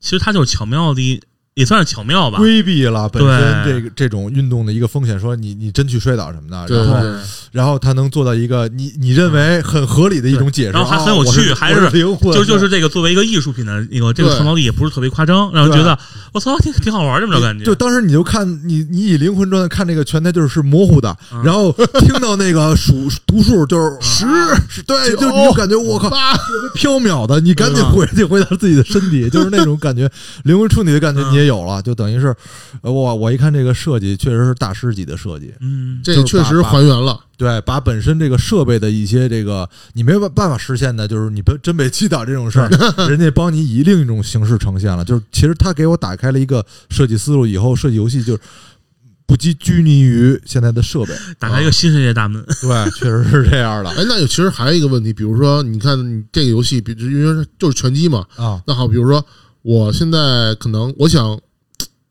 S8: 其实它就是巧妙的，也算是巧妙吧。
S9: 规避了本身
S8: 对
S9: 这个这种运动的一个风险，说你你真去摔倒什么的，
S1: 对
S9: 然后
S1: 对
S9: 然后他能做到一个你你认为很合理的一种解释，
S8: 然后还
S9: 啊
S8: 很有
S9: 我
S8: 趣
S9: 是
S8: 还
S9: 我
S8: 是
S9: 灵魂，
S8: 就就是这个作为一个艺术品的一个这个
S1: 对
S8: 创造力也不是特别夸张，让人觉得我操挺挺好玩的这么种感觉。
S9: 就当时你就看你你以灵魂状态看这个拳台就是是模糊的，
S8: 嗯
S9: 然后听到那个数读数就是十，
S8: 嗯
S9: 是对，
S1: 九
S9: 就 你就感觉我靠，
S1: 啊
S9: 缥缈的，你赶紧回去回到自己的身体，就是那种感觉，灵魂出体的感觉
S8: 嗯
S9: 你也有了，就等于是，呃我我一看这个设计确实是大师级的设计，
S8: 嗯，
S1: 这确实还原了，
S9: 对，把本身这个设备的一些这个你没办法实现的，就是你被真被击倒这种 事儿，人家帮你以另一种形式呈现了。就是其实他给我打开了一个设计思路，以后设计游戏就是不拘拘泥于现在的设备。
S8: 打开一个新世界大门。
S9: 对，确实是这样的
S1: 哎，那有其实还有一个问题，比如说，你看你这个游戏，比因为就是拳击嘛，
S9: 啊。
S1: 那好，比如说我现在可能我想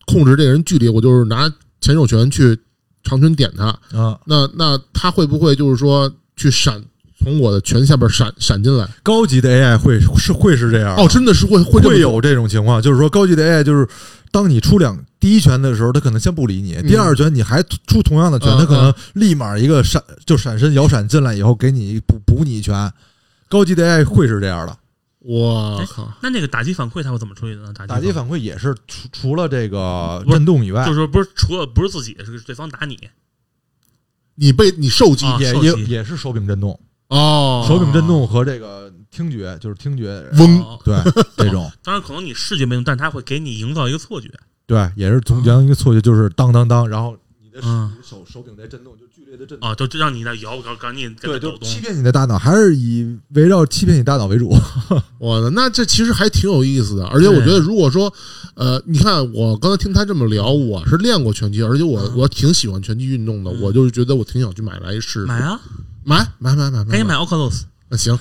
S1: 控制这个人距离，我就是拿前手拳去长拳点他，
S9: 啊，
S1: 那那他会不会就是说去闪？从我的拳下边闪闪进来
S9: 高级的 AI 会是会是这样的
S1: 哦，真的是会会这么
S9: 会有这种情况，就是说高级的 AI 就是当你出两第一拳的时候，他可能先不理你，
S1: 嗯
S9: 第二拳你还出同样的拳，
S1: 嗯
S9: 他可能立马一个闪就闪身摇闪进来以后，给你补补你一拳。高级的 AI 会是这样的，
S1: 我靠！
S8: 哎那那个打击反馈它会怎么处理呢？打
S9: 打击
S8: 反
S9: 反馈也是除除了这个
S8: 不是
S9: 震动以外
S8: 就是，说不是除了不是自己，是对方打你
S1: 你被你受击
S8: 啊
S9: 也
S8: 手
S9: 也
S8: 机啊
S9: 也是手柄震动，
S1: 哦，
S9: 手柄震动和这个听觉就是听觉啊
S1: 嗡
S8: 哦
S9: 对这种。
S8: 当然可能你视觉没用，但它会给你营造一个错觉。
S9: 对，也是从原来一个错觉，就是当当当，然后你的手、
S8: 啊嗯
S9: 你的手手柄在震动，就剧烈的震动。
S8: 啊，就就让你在摇，然后赶紧在那
S9: 对，就
S8: 抖动。
S9: 欺骗你的大脑，还是以围绕欺骗你大脑为主。
S1: 我的那这其实还挺有意思的，而且我觉得如果说，呃，你看我刚才听他这么聊，我是练过拳击，而且我、
S8: 嗯
S1: 我挺喜欢拳击运动的，
S8: 嗯
S1: 我就是觉得我挺想去买来试试，
S8: 买啊，
S9: 嗯
S1: 买买买买买，
S8: 赶紧买 Oculus。
S1: 那行，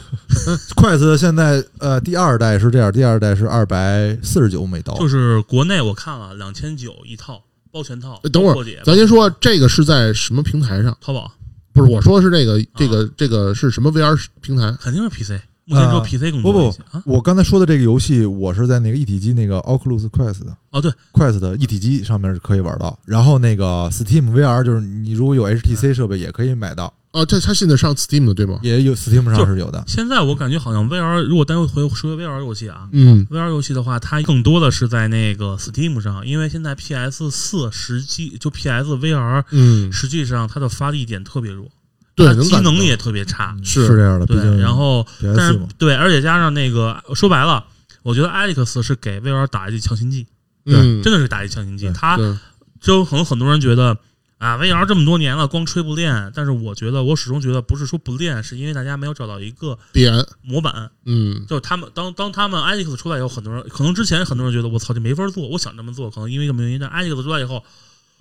S9: 筷子现在呃第二代是这样，第二代是二百四十九美刀，
S8: 就是国内我看了两千九一套，包全套。
S1: 哎等会
S8: 包括解
S1: 儿咱先说这个是在什么平台上？
S8: 淘宝
S1: 不是我说的是这个这个、
S8: 啊
S1: 这个是什么 VR 平台？
S8: 肯定是 PC，目前只有
S9: 啊
S8: PC 更
S9: 不
S8: 多一
S9: 不
S8: 些啊。
S9: 我刚才说的这个游戏，我是在那个一体机那个 Oculus Quest 的
S8: 哦对，
S9: Quest 的一体机上面是可以玩到，然后那个 Steam VR 就是你如果有 HTC 设备也可以买到，
S1: 啊，这它现在上 Steam 的对吗？
S9: 也有 Steam 上是有的。
S8: 现在我感觉好像 VR，如果单回说 VR 游戏啊，
S1: 嗯
S8: VR 游戏的话，它更多的是在那个 Steam 上，因为现在 PS 四实际就 PS VR，
S1: 嗯，
S8: 实际上它的发力点特别弱，
S1: 对，
S8: 它
S1: 能
S8: 机
S1: 感觉
S8: 能
S1: 到
S8: 也特别差，
S1: 是
S9: 是这样的，毕
S8: 对。
S9: 竟
S8: 然后，
S9: PS4
S8: 但是
S9: 嘛
S8: 对，而且加上那个说白了，我觉得 Alex 是给 VR 打一剂强心剂，
S1: 嗯，
S8: 真的是打一剂强心剂。
S9: 对
S8: 他
S1: 对
S8: 就可能很多人觉得啊，VR 这么多年了，光吹不练，但是我觉得我始终觉得不是说不练，是因为大家没有找到一个
S1: 必然，
S8: 模板。
S1: 嗯
S8: 就是他们当当他们 Alex 出来以后，很多人可能之前很多人觉得我操这没法做，我想这么做，可能因为什么原因，但 Alex 出来以后，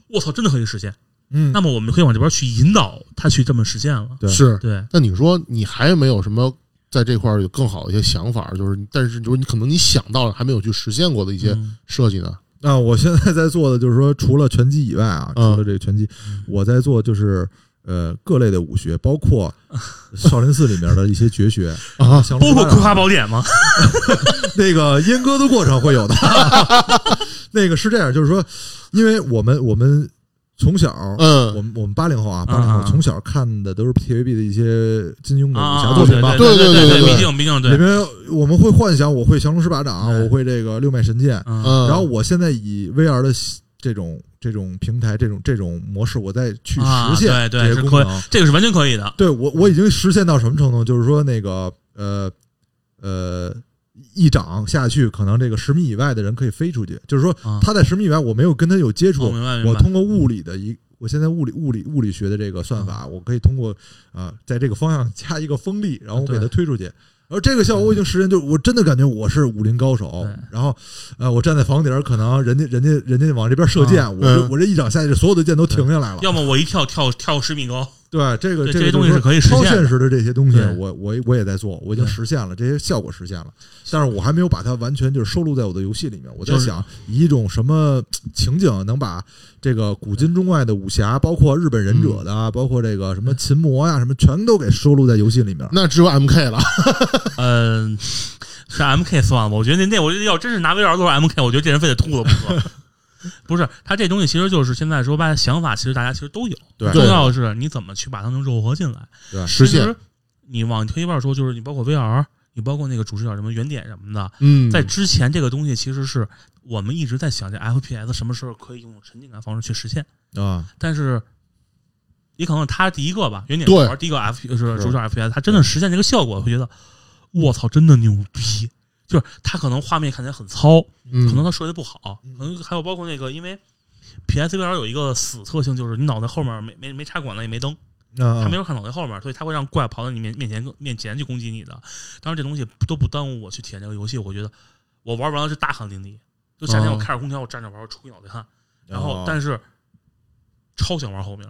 S8: 我操真的可以实现。
S9: 嗯
S8: 那么我们可以往这边去引导他去这么实现了。
S9: 对
S1: 是。
S8: 对，
S1: 那你说你还有没有什么在这块儿有更好的一些想法，就是但是就是你可能你想到了还没有去实现过的一些
S8: 嗯
S1: 设计呢。
S9: 那我现在在做的就是说，除了拳击以外啊，除
S1: 嗯
S9: 了这个拳击，我在做就是呃各类的武学，包括少林寺里面的一些绝 学
S1: 啊
S9: 像
S8: 包括《
S9: 撸
S8: 葵
S9: 啊
S8: 花宝典》吗？
S9: 那个阉割的过程会有 的。 那个是这样，就是说，因为我们我们从小，
S1: 嗯
S9: 我们我们八零后啊，
S8: 嗯
S9: 八零
S8: 嗯
S9: 后从小看的都是 TVB 的一些金庸的武
S8: 啊，
S9: 侠嗯作品嘛，
S8: 对
S1: 对
S8: 对
S1: 对对对
S8: 毕竟毕竟
S9: 里
S8: 对，
S9: 面我们会幻想我会降龙十八掌，
S8: 对
S9: 我会这个六脉神剑，
S8: 嗯
S1: 嗯，
S9: 然后我现在以 VR 的这种这种平台、这种这种模式，我再去
S8: 啊
S9: 实现
S8: 对对
S9: 这些
S8: 是
S9: 功
S8: 可以
S9: 能。
S8: 这个是完全可以的。
S9: 对我我已经实现到什么程度？就是说那个呃呃。一掌下去，可能这个十米以外的人可以飞出去。就是说
S8: 啊，哦
S9: 他在十米以外，我没有跟他有接触，
S8: 我明白明白
S9: 我通过物理的一，我现在物理物理物理学的这个算法，我可以通过啊、在这个方向加一个风力，
S8: 啊
S9: 然后我给它推出去。而这个效果我已经实现，就我真的感觉我是武林高手
S8: 对。
S9: 然后，呃，我站在房顶儿，可能人家人家人家往这边射箭，我这
S1: 嗯
S9: 我这一掌下去，所有的箭都停下来了。
S8: 啊要么我一跳跳跳十米 高，
S9: 对，这个
S8: 对
S9: 这
S8: 这些
S9: 个
S8: 东西
S9: 就是
S8: 可以实
S9: 超
S8: 现的
S9: 现实的这些东西
S8: 对，
S9: 我我我也在做，我已经
S8: 对
S9: 实现了这些效果，实现了，但是我还没有把它完全就是收录在我的游戏里面。我在
S8: 就是
S9: 想，以一种什么情景能把这个古今中外的武侠，包括日本忍者的
S8: 嗯
S9: 啊，包括这个什么琴魔呀，什么全都给收录在游戏里面。
S1: 那只有 MK 了，
S8: 嗯，是 M K 算了。我觉得那那我觉得要真是拿 VR 做 M K，我觉得这人非得秃了不可。 不是，他这东西其实就是现在说白了，想法其实大家其实都有，
S9: 对
S8: 重要的是你怎么去把它能肉合进来。
S1: 实
S8: 其
S1: 现
S8: 实你往推一半说，就是你包括 VR，你包括那个主视角什么原点什么的，
S1: 嗯，
S8: 在之前这个东西其实是我们一直在想，这 FPS 什么时候可以用沉浸感方式去实现。
S9: 啊，
S8: 但是也可能是他第一个吧，原点
S1: 对
S8: 玩第一个 F 呃就是主角 FPS，他真的实现这个效果，我觉得我操，真的牛逼！就是他可能画面看起来很糙，可
S1: 可
S8: 能他设计不好，
S1: 嗯
S8: 可能还有包括那个，因为 PSVR 有一个死特性，就是你脑袋后面没没没插管子也没灯，
S9: 那
S1: 嗯
S8: 他嗯没有看脑袋后面，所以他会让怪跑到你面面前面前去攻击你的。当然，这东西都不耽误我去体验这个游戏。我觉得我玩完了是大汗淋漓，就夏天我开着空调，我站着玩，我出一脑袋
S1: 哦
S8: 汗。然后，但是超想玩后面，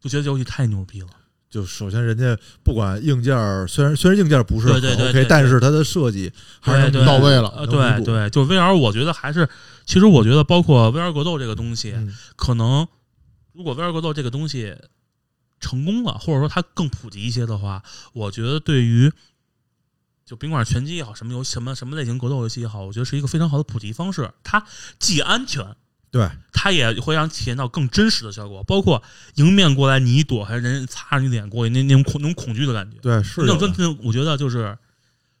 S8: 就觉得这游戏太牛逼了。
S9: 就首先人家不管硬件儿，虽然虽然硬件儿不是
S8: 对
S9: 很
S8: 对对
S9: OK，
S8: 对
S9: 但是它的设计还是
S8: 对
S9: 能
S1: 到位了
S8: 呃，
S9: 能弥
S8: 对
S9: 补
S8: 对，就 VR，我觉得还是，其实我觉得包括 VR 格斗这个东西，
S9: 嗯
S8: 可能如果 VR 格斗这个东西成功了，或者说它更普及一些的话，我觉得对于就甭管是拳击也好，什么游什么什么类型格斗游戏也好，我觉得是一个非常好的普及方式。它既安全，
S9: 对，
S8: 它也会让体验到更真实的效果，包括迎面过来你一躲，还是人擦着你脸过去，那那种恐那种恐惧的感觉，
S9: 对是
S8: 那
S9: 有
S8: 种
S9: 的
S8: 真真，我觉得就是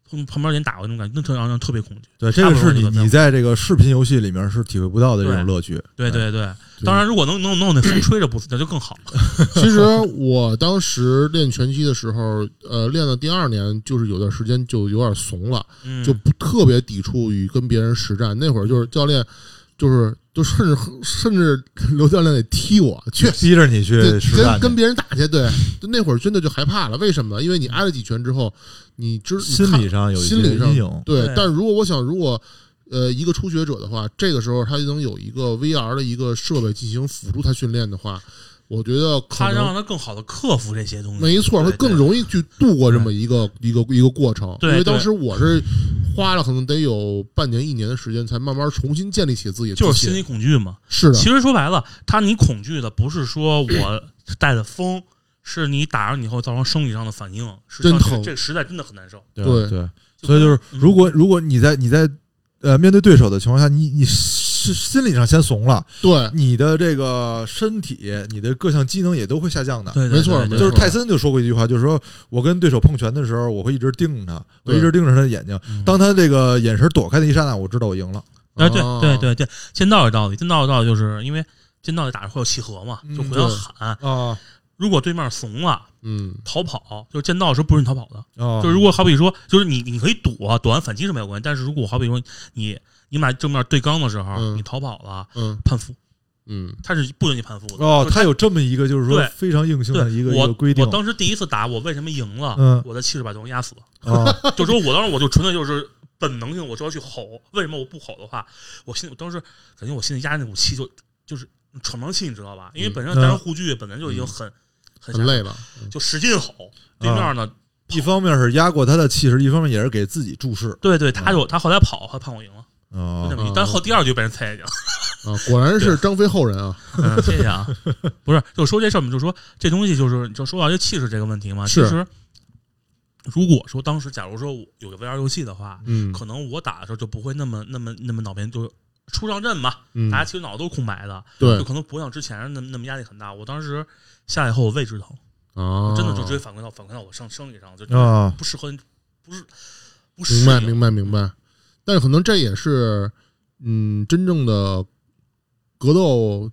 S8: 从旁边人打过那种感觉，那特让人特别恐惧。
S9: 对，这
S8: 大
S9: 个
S8: 部分
S9: 是你
S8: 游戏都这样
S9: 你在这个视频游戏里面是体会不到的这
S8: 对
S9: 种乐趣。
S8: 对对对，当然如果能能能有那风吹着不死，那就更好了。
S1: 其实我当时练拳击的时候，呃，练了第二年，就是有段时间就有点怂了，
S8: 嗯，
S1: 就不特别抵触于跟别人实战。那会儿就是教练，就是就甚至甚至刘教练得踢我，去
S9: 逼着你去
S1: 对，
S9: 实
S1: 跟
S9: 战去，
S1: 跟别人打去。对，就那会儿真的就害怕了。为什么呢？因为你挨了几拳之后，你知
S9: 心理上有一些
S1: 心理上
S9: 阴影。
S1: 对
S8: 对，
S1: 但如果我想，如果呃一个初学者的话，这个时候他就能有一个 VR 的一个设备进行辅助他训练的话，我觉得可
S8: 他让
S1: 能
S8: 他更好的克服这些东西。
S1: 没错，会
S8: 对
S1: 更
S8: 对
S1: 容易去度过这么一个一个一个过程。
S8: 对
S1: 因为
S8: 对
S1: 当时我是花了可能得有半年一年的时间，才慢慢重新建立起自己的
S8: 就是
S1: 自
S8: 心
S1: 信
S8: 理恐惧嘛。
S1: 是啊的，
S8: 其实说白了，他你恐惧的不是说我带的风，是你打上以后造成生理上的反应，是
S1: 真
S8: 像这
S1: 疼
S8: 这个时代真的很难受。
S1: 对
S9: 对，所以就是
S8: 嗯
S9: 如果如果你在你在呃面对对手的情况下，你你是心理上先怂了，
S1: 对，
S9: 你的这个身体、你的各项机能也都会下降的。
S8: 对，
S1: 没错
S8: 对
S9: 就是
S1: 没
S8: 对
S1: 错
S9: 泰森就说过一句话，就是说我跟对手碰拳的时候，我会一直盯着他，我
S1: 对
S9: 一直盯着他的眼睛。
S8: 嗯
S9: 当他这个眼神躲开的一刹那，我知道我赢了。
S8: 哎，对
S1: 哦
S8: 对对对，剑道有道理，剑道有道理，就是因为剑道里打着会有契合嘛，就互相
S1: 嗯对
S8: 喊。
S9: 啊
S8: 如果对面怂了
S1: 嗯，
S8: 逃跑，就是剑道的时候不允许逃跑的。
S9: 啊！
S8: 就如果好比说，就是你你可以躲，躲完反击是没有关系。但是如果好比说你你们俩正面对刚的时候，
S1: 嗯
S8: 你逃跑了，
S1: 嗯
S8: 判负，
S1: 嗯，
S8: 他是不允许判负的。
S9: 哦
S8: 就，是
S9: 他有这么一个就是说
S8: 对
S9: 非常硬性的
S8: 对
S9: 一个一
S8: 我
S9: 个规定
S8: 我当时第一次打，我为什么赢了？
S9: 嗯
S8: 我的气势把对方压死了。
S9: 啊，
S8: 就说我当时我就纯粹就是本能性，我就要去吼。为什么我不吼的话，我心里我当时感觉我心里压那股气就就是喘不上气，你知道吧？因为本身
S9: 嗯
S8: 单人护具本来就已经很、很
S1: 很累了，
S8: 就使劲吼，对面呢、跑
S9: 一。方面是压过他的气势，一方面也是给自己注释
S8: 对对，
S9: 嗯
S8: 他就他后来跑，他判我赢了，
S9: 啊
S8: 就这么一但是后第二局被人踩下去了。
S1: 啊，果然是张飞后人啊，
S8: 嗯，谢谢啊。不是，就说这事儿嘛，就说这东西就是，就说到这气势这个问题嘛。其
S1: 是
S8: 实，如果说当时假如说我有个 VR 游戏的话，
S1: 嗯
S8: 可能我打的时候就不会那么那么那么脑边就出上阵嘛，
S1: 嗯
S8: 大家其实脑子都是空白的，
S1: 对
S8: 就可能不像之前那么那么压力很大。我当时下来以后，我胃直疼，
S1: 啊，
S8: 我真的就直接反馈到反馈到我上生理上，就
S9: 啊，
S8: 不适合，不是不适
S1: 哦明白
S8: 应
S1: 明白明白。但是可能这也是嗯真正的格斗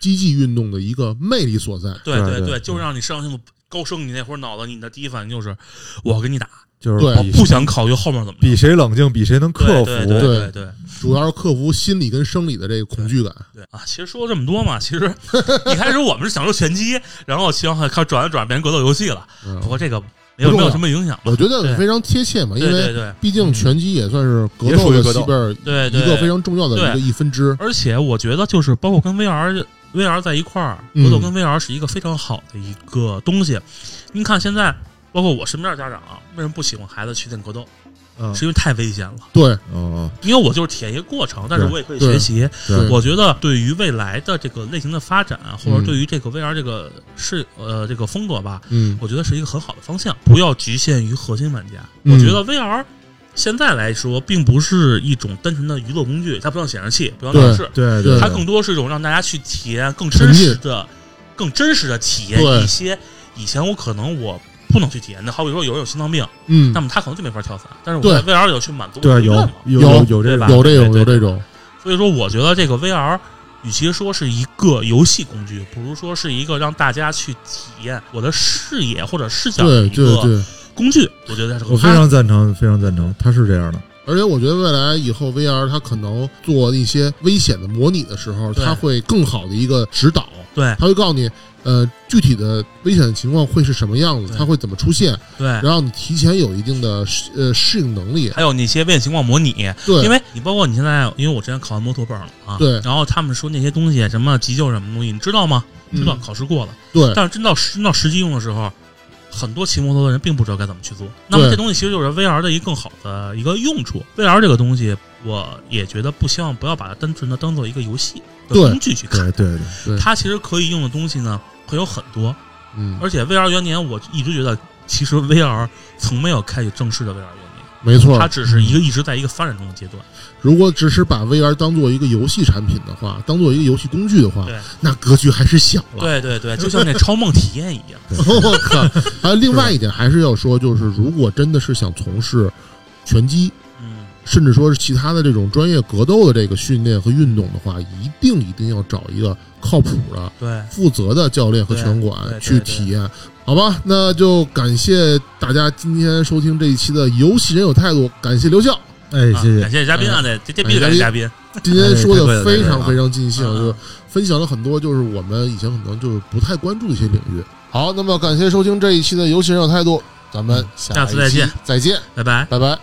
S1: 击技运动的一个魅力所在。
S8: 对
S9: 对对
S8: 对，
S1: 嗯
S8: 就是让你肾上腺素高升，你那会儿脑子你的第一反应就是我要跟你打，
S9: 就是
S1: 对
S8: 我
S9: 比
S8: 不想考虑后面怎么着
S9: 比谁冷静，比谁能克服。
S8: 对对
S1: 对
S8: 对对
S1: 主要是克服心理跟生理的这个恐惧感。
S8: 对啊！其实说这么多嘛，其实一开始我们是想说拳击，然后其实后来转着转变成格斗游戏了。
S1: 嗯
S8: 不过这个没有
S1: 不重要
S8: 没有什么影响吧？
S1: 我觉得
S8: 对
S1: 非常贴切嘛，因
S8: 对对
S1: 为
S8: 对
S1: 毕竟拳击也算是格
S9: 嗯也
S1: 斗
S9: 属于
S1: 的
S9: 格
S1: 西
S9: 斗
S1: 边儿
S8: 对对，
S1: 一个非常重要的一个
S8: 对
S1: 一分支。
S8: 而且我觉得就是包括跟 VR。VR 在一块儿，
S1: 嗯
S8: 格斗跟 VR 是一个非常好的一个东西。您看现在，包括我身边的家长啊，为什么不喜欢孩子去练格斗？
S9: 嗯
S8: 是因为太危险了。
S1: 对，
S9: 哦，
S8: 因为我就是体验一个过程，但是我也可以
S1: 对
S8: 学习。
S1: 对
S8: 我觉得对于未来的这个类型的发展，啊或者对于这个 VR 这个是呃这个风格吧，
S1: 嗯，
S8: 我觉得是一个很好的方向。不要局限于核心玩家。
S1: 嗯
S8: 我觉得 VR 现在来说，并不是一种单纯的娱乐工具，它不像显示器，不像电视，
S9: 对
S1: 对
S8: 它更多是一种让大家去体验更真实的、更真实的体验
S1: 对
S8: 一些以前我可能我。不能去体验的，好比说有人有心脏病，
S1: 嗯
S8: 那，么他可能就没法跳伞，但是我
S1: 对
S8: 在 VR 有去满足我的
S9: 对，
S8: 愿
S9: 有
S8: 望
S9: 有
S1: 有
S9: 有这
S8: 对
S9: 个
S8: 吧
S1: 有这种
S8: 对
S1: 有
S8: 对
S1: 这种，
S8: 所以说，我觉得这个 VR 与其说是一个游戏工具，不如说是一个让大家去体验我的视野或者视角的
S1: 对
S8: 一
S1: 对
S8: 个
S1: 对。
S8: 工具。我觉得它是个
S9: 我非常赞成，非常赞成，他是这样的。
S1: 而且我觉得未来以后 VR 它可能做一些危险的模拟的时候，
S8: 对
S1: 它会更好的一个指导，
S8: 对
S1: 它会告诉你，呃，具体的危险的情况会是什么样子，
S8: 对
S1: 它会怎么出现，
S8: 对。
S1: 然后你提前有一定的适呃适应能力。
S8: 还有那些危险情况模拟，
S1: 对，
S8: 因为你包括你现在，因为我之前考完摩托本了啊，
S1: 对
S8: 然后他们说那些东西什么急救什么东西，你知道吗？
S1: 嗯
S8: 知道，考试过了，
S1: 对
S8: 但是真到实真到实际用的时候，很多骑摩托的人并不知道该怎么去做。那么
S1: 对
S8: 这东西其实就是 VR 的一个更好的一个用处。VR 这个东西，我也觉得不希望不要把它单纯的当做一个游戏的
S1: 对
S8: 工具去看
S9: 对，对对，
S1: 对
S8: 它其实可以用的东西呢会有很多。
S1: 嗯，
S8: 而且 VR 元年，我一直觉得其实 VR 从没有开启正式的 VR 元年，
S1: 没错嗯
S8: 它。只是一个一直在一个发展中的阶段。
S1: 如果只是把 VR 当做一个游戏产品的话，当做一个游戏工具的话
S8: 对，
S1: 那格局还是小了。
S8: 对对对，就像那 超梦体验一样。
S1: 我 靠！还有另外一点，还是要说，就是如果真的是想从事拳击，
S8: 嗯，
S1: 甚至说是其他的这种专业格斗的这个训练和运动的话，一定一定要找一个靠谱的、
S8: 对。
S1: 负责的教练和拳
S8: 对对
S1: 馆
S8: 对
S1: 去
S8: 对
S1: 体验。好吧，那就感谢大家今天收听这一期的《游戏人有态度》，感谢刘笑，
S9: 哎，
S8: 啊
S9: 谢谢
S8: 感。谢嘉宾啊，得这这必须
S1: 哎
S8: 感谢
S1: 嘉
S8: 嘉宾。
S1: 今天说
S9: 哎太对
S1: 的
S9: 了啊
S1: 非常
S9: 太对了
S1: 非常尽兴，
S8: 嗯
S1: 就是分享了很多就是我们以前可能就是不太关注的一些领域。
S9: 嗯
S1: 好，那么感谢收听这一期的《游戏人有态度》，咱们
S8: 下次再
S1: 一期
S8: 见
S1: 再见，
S8: 拜拜。
S1: 拜拜。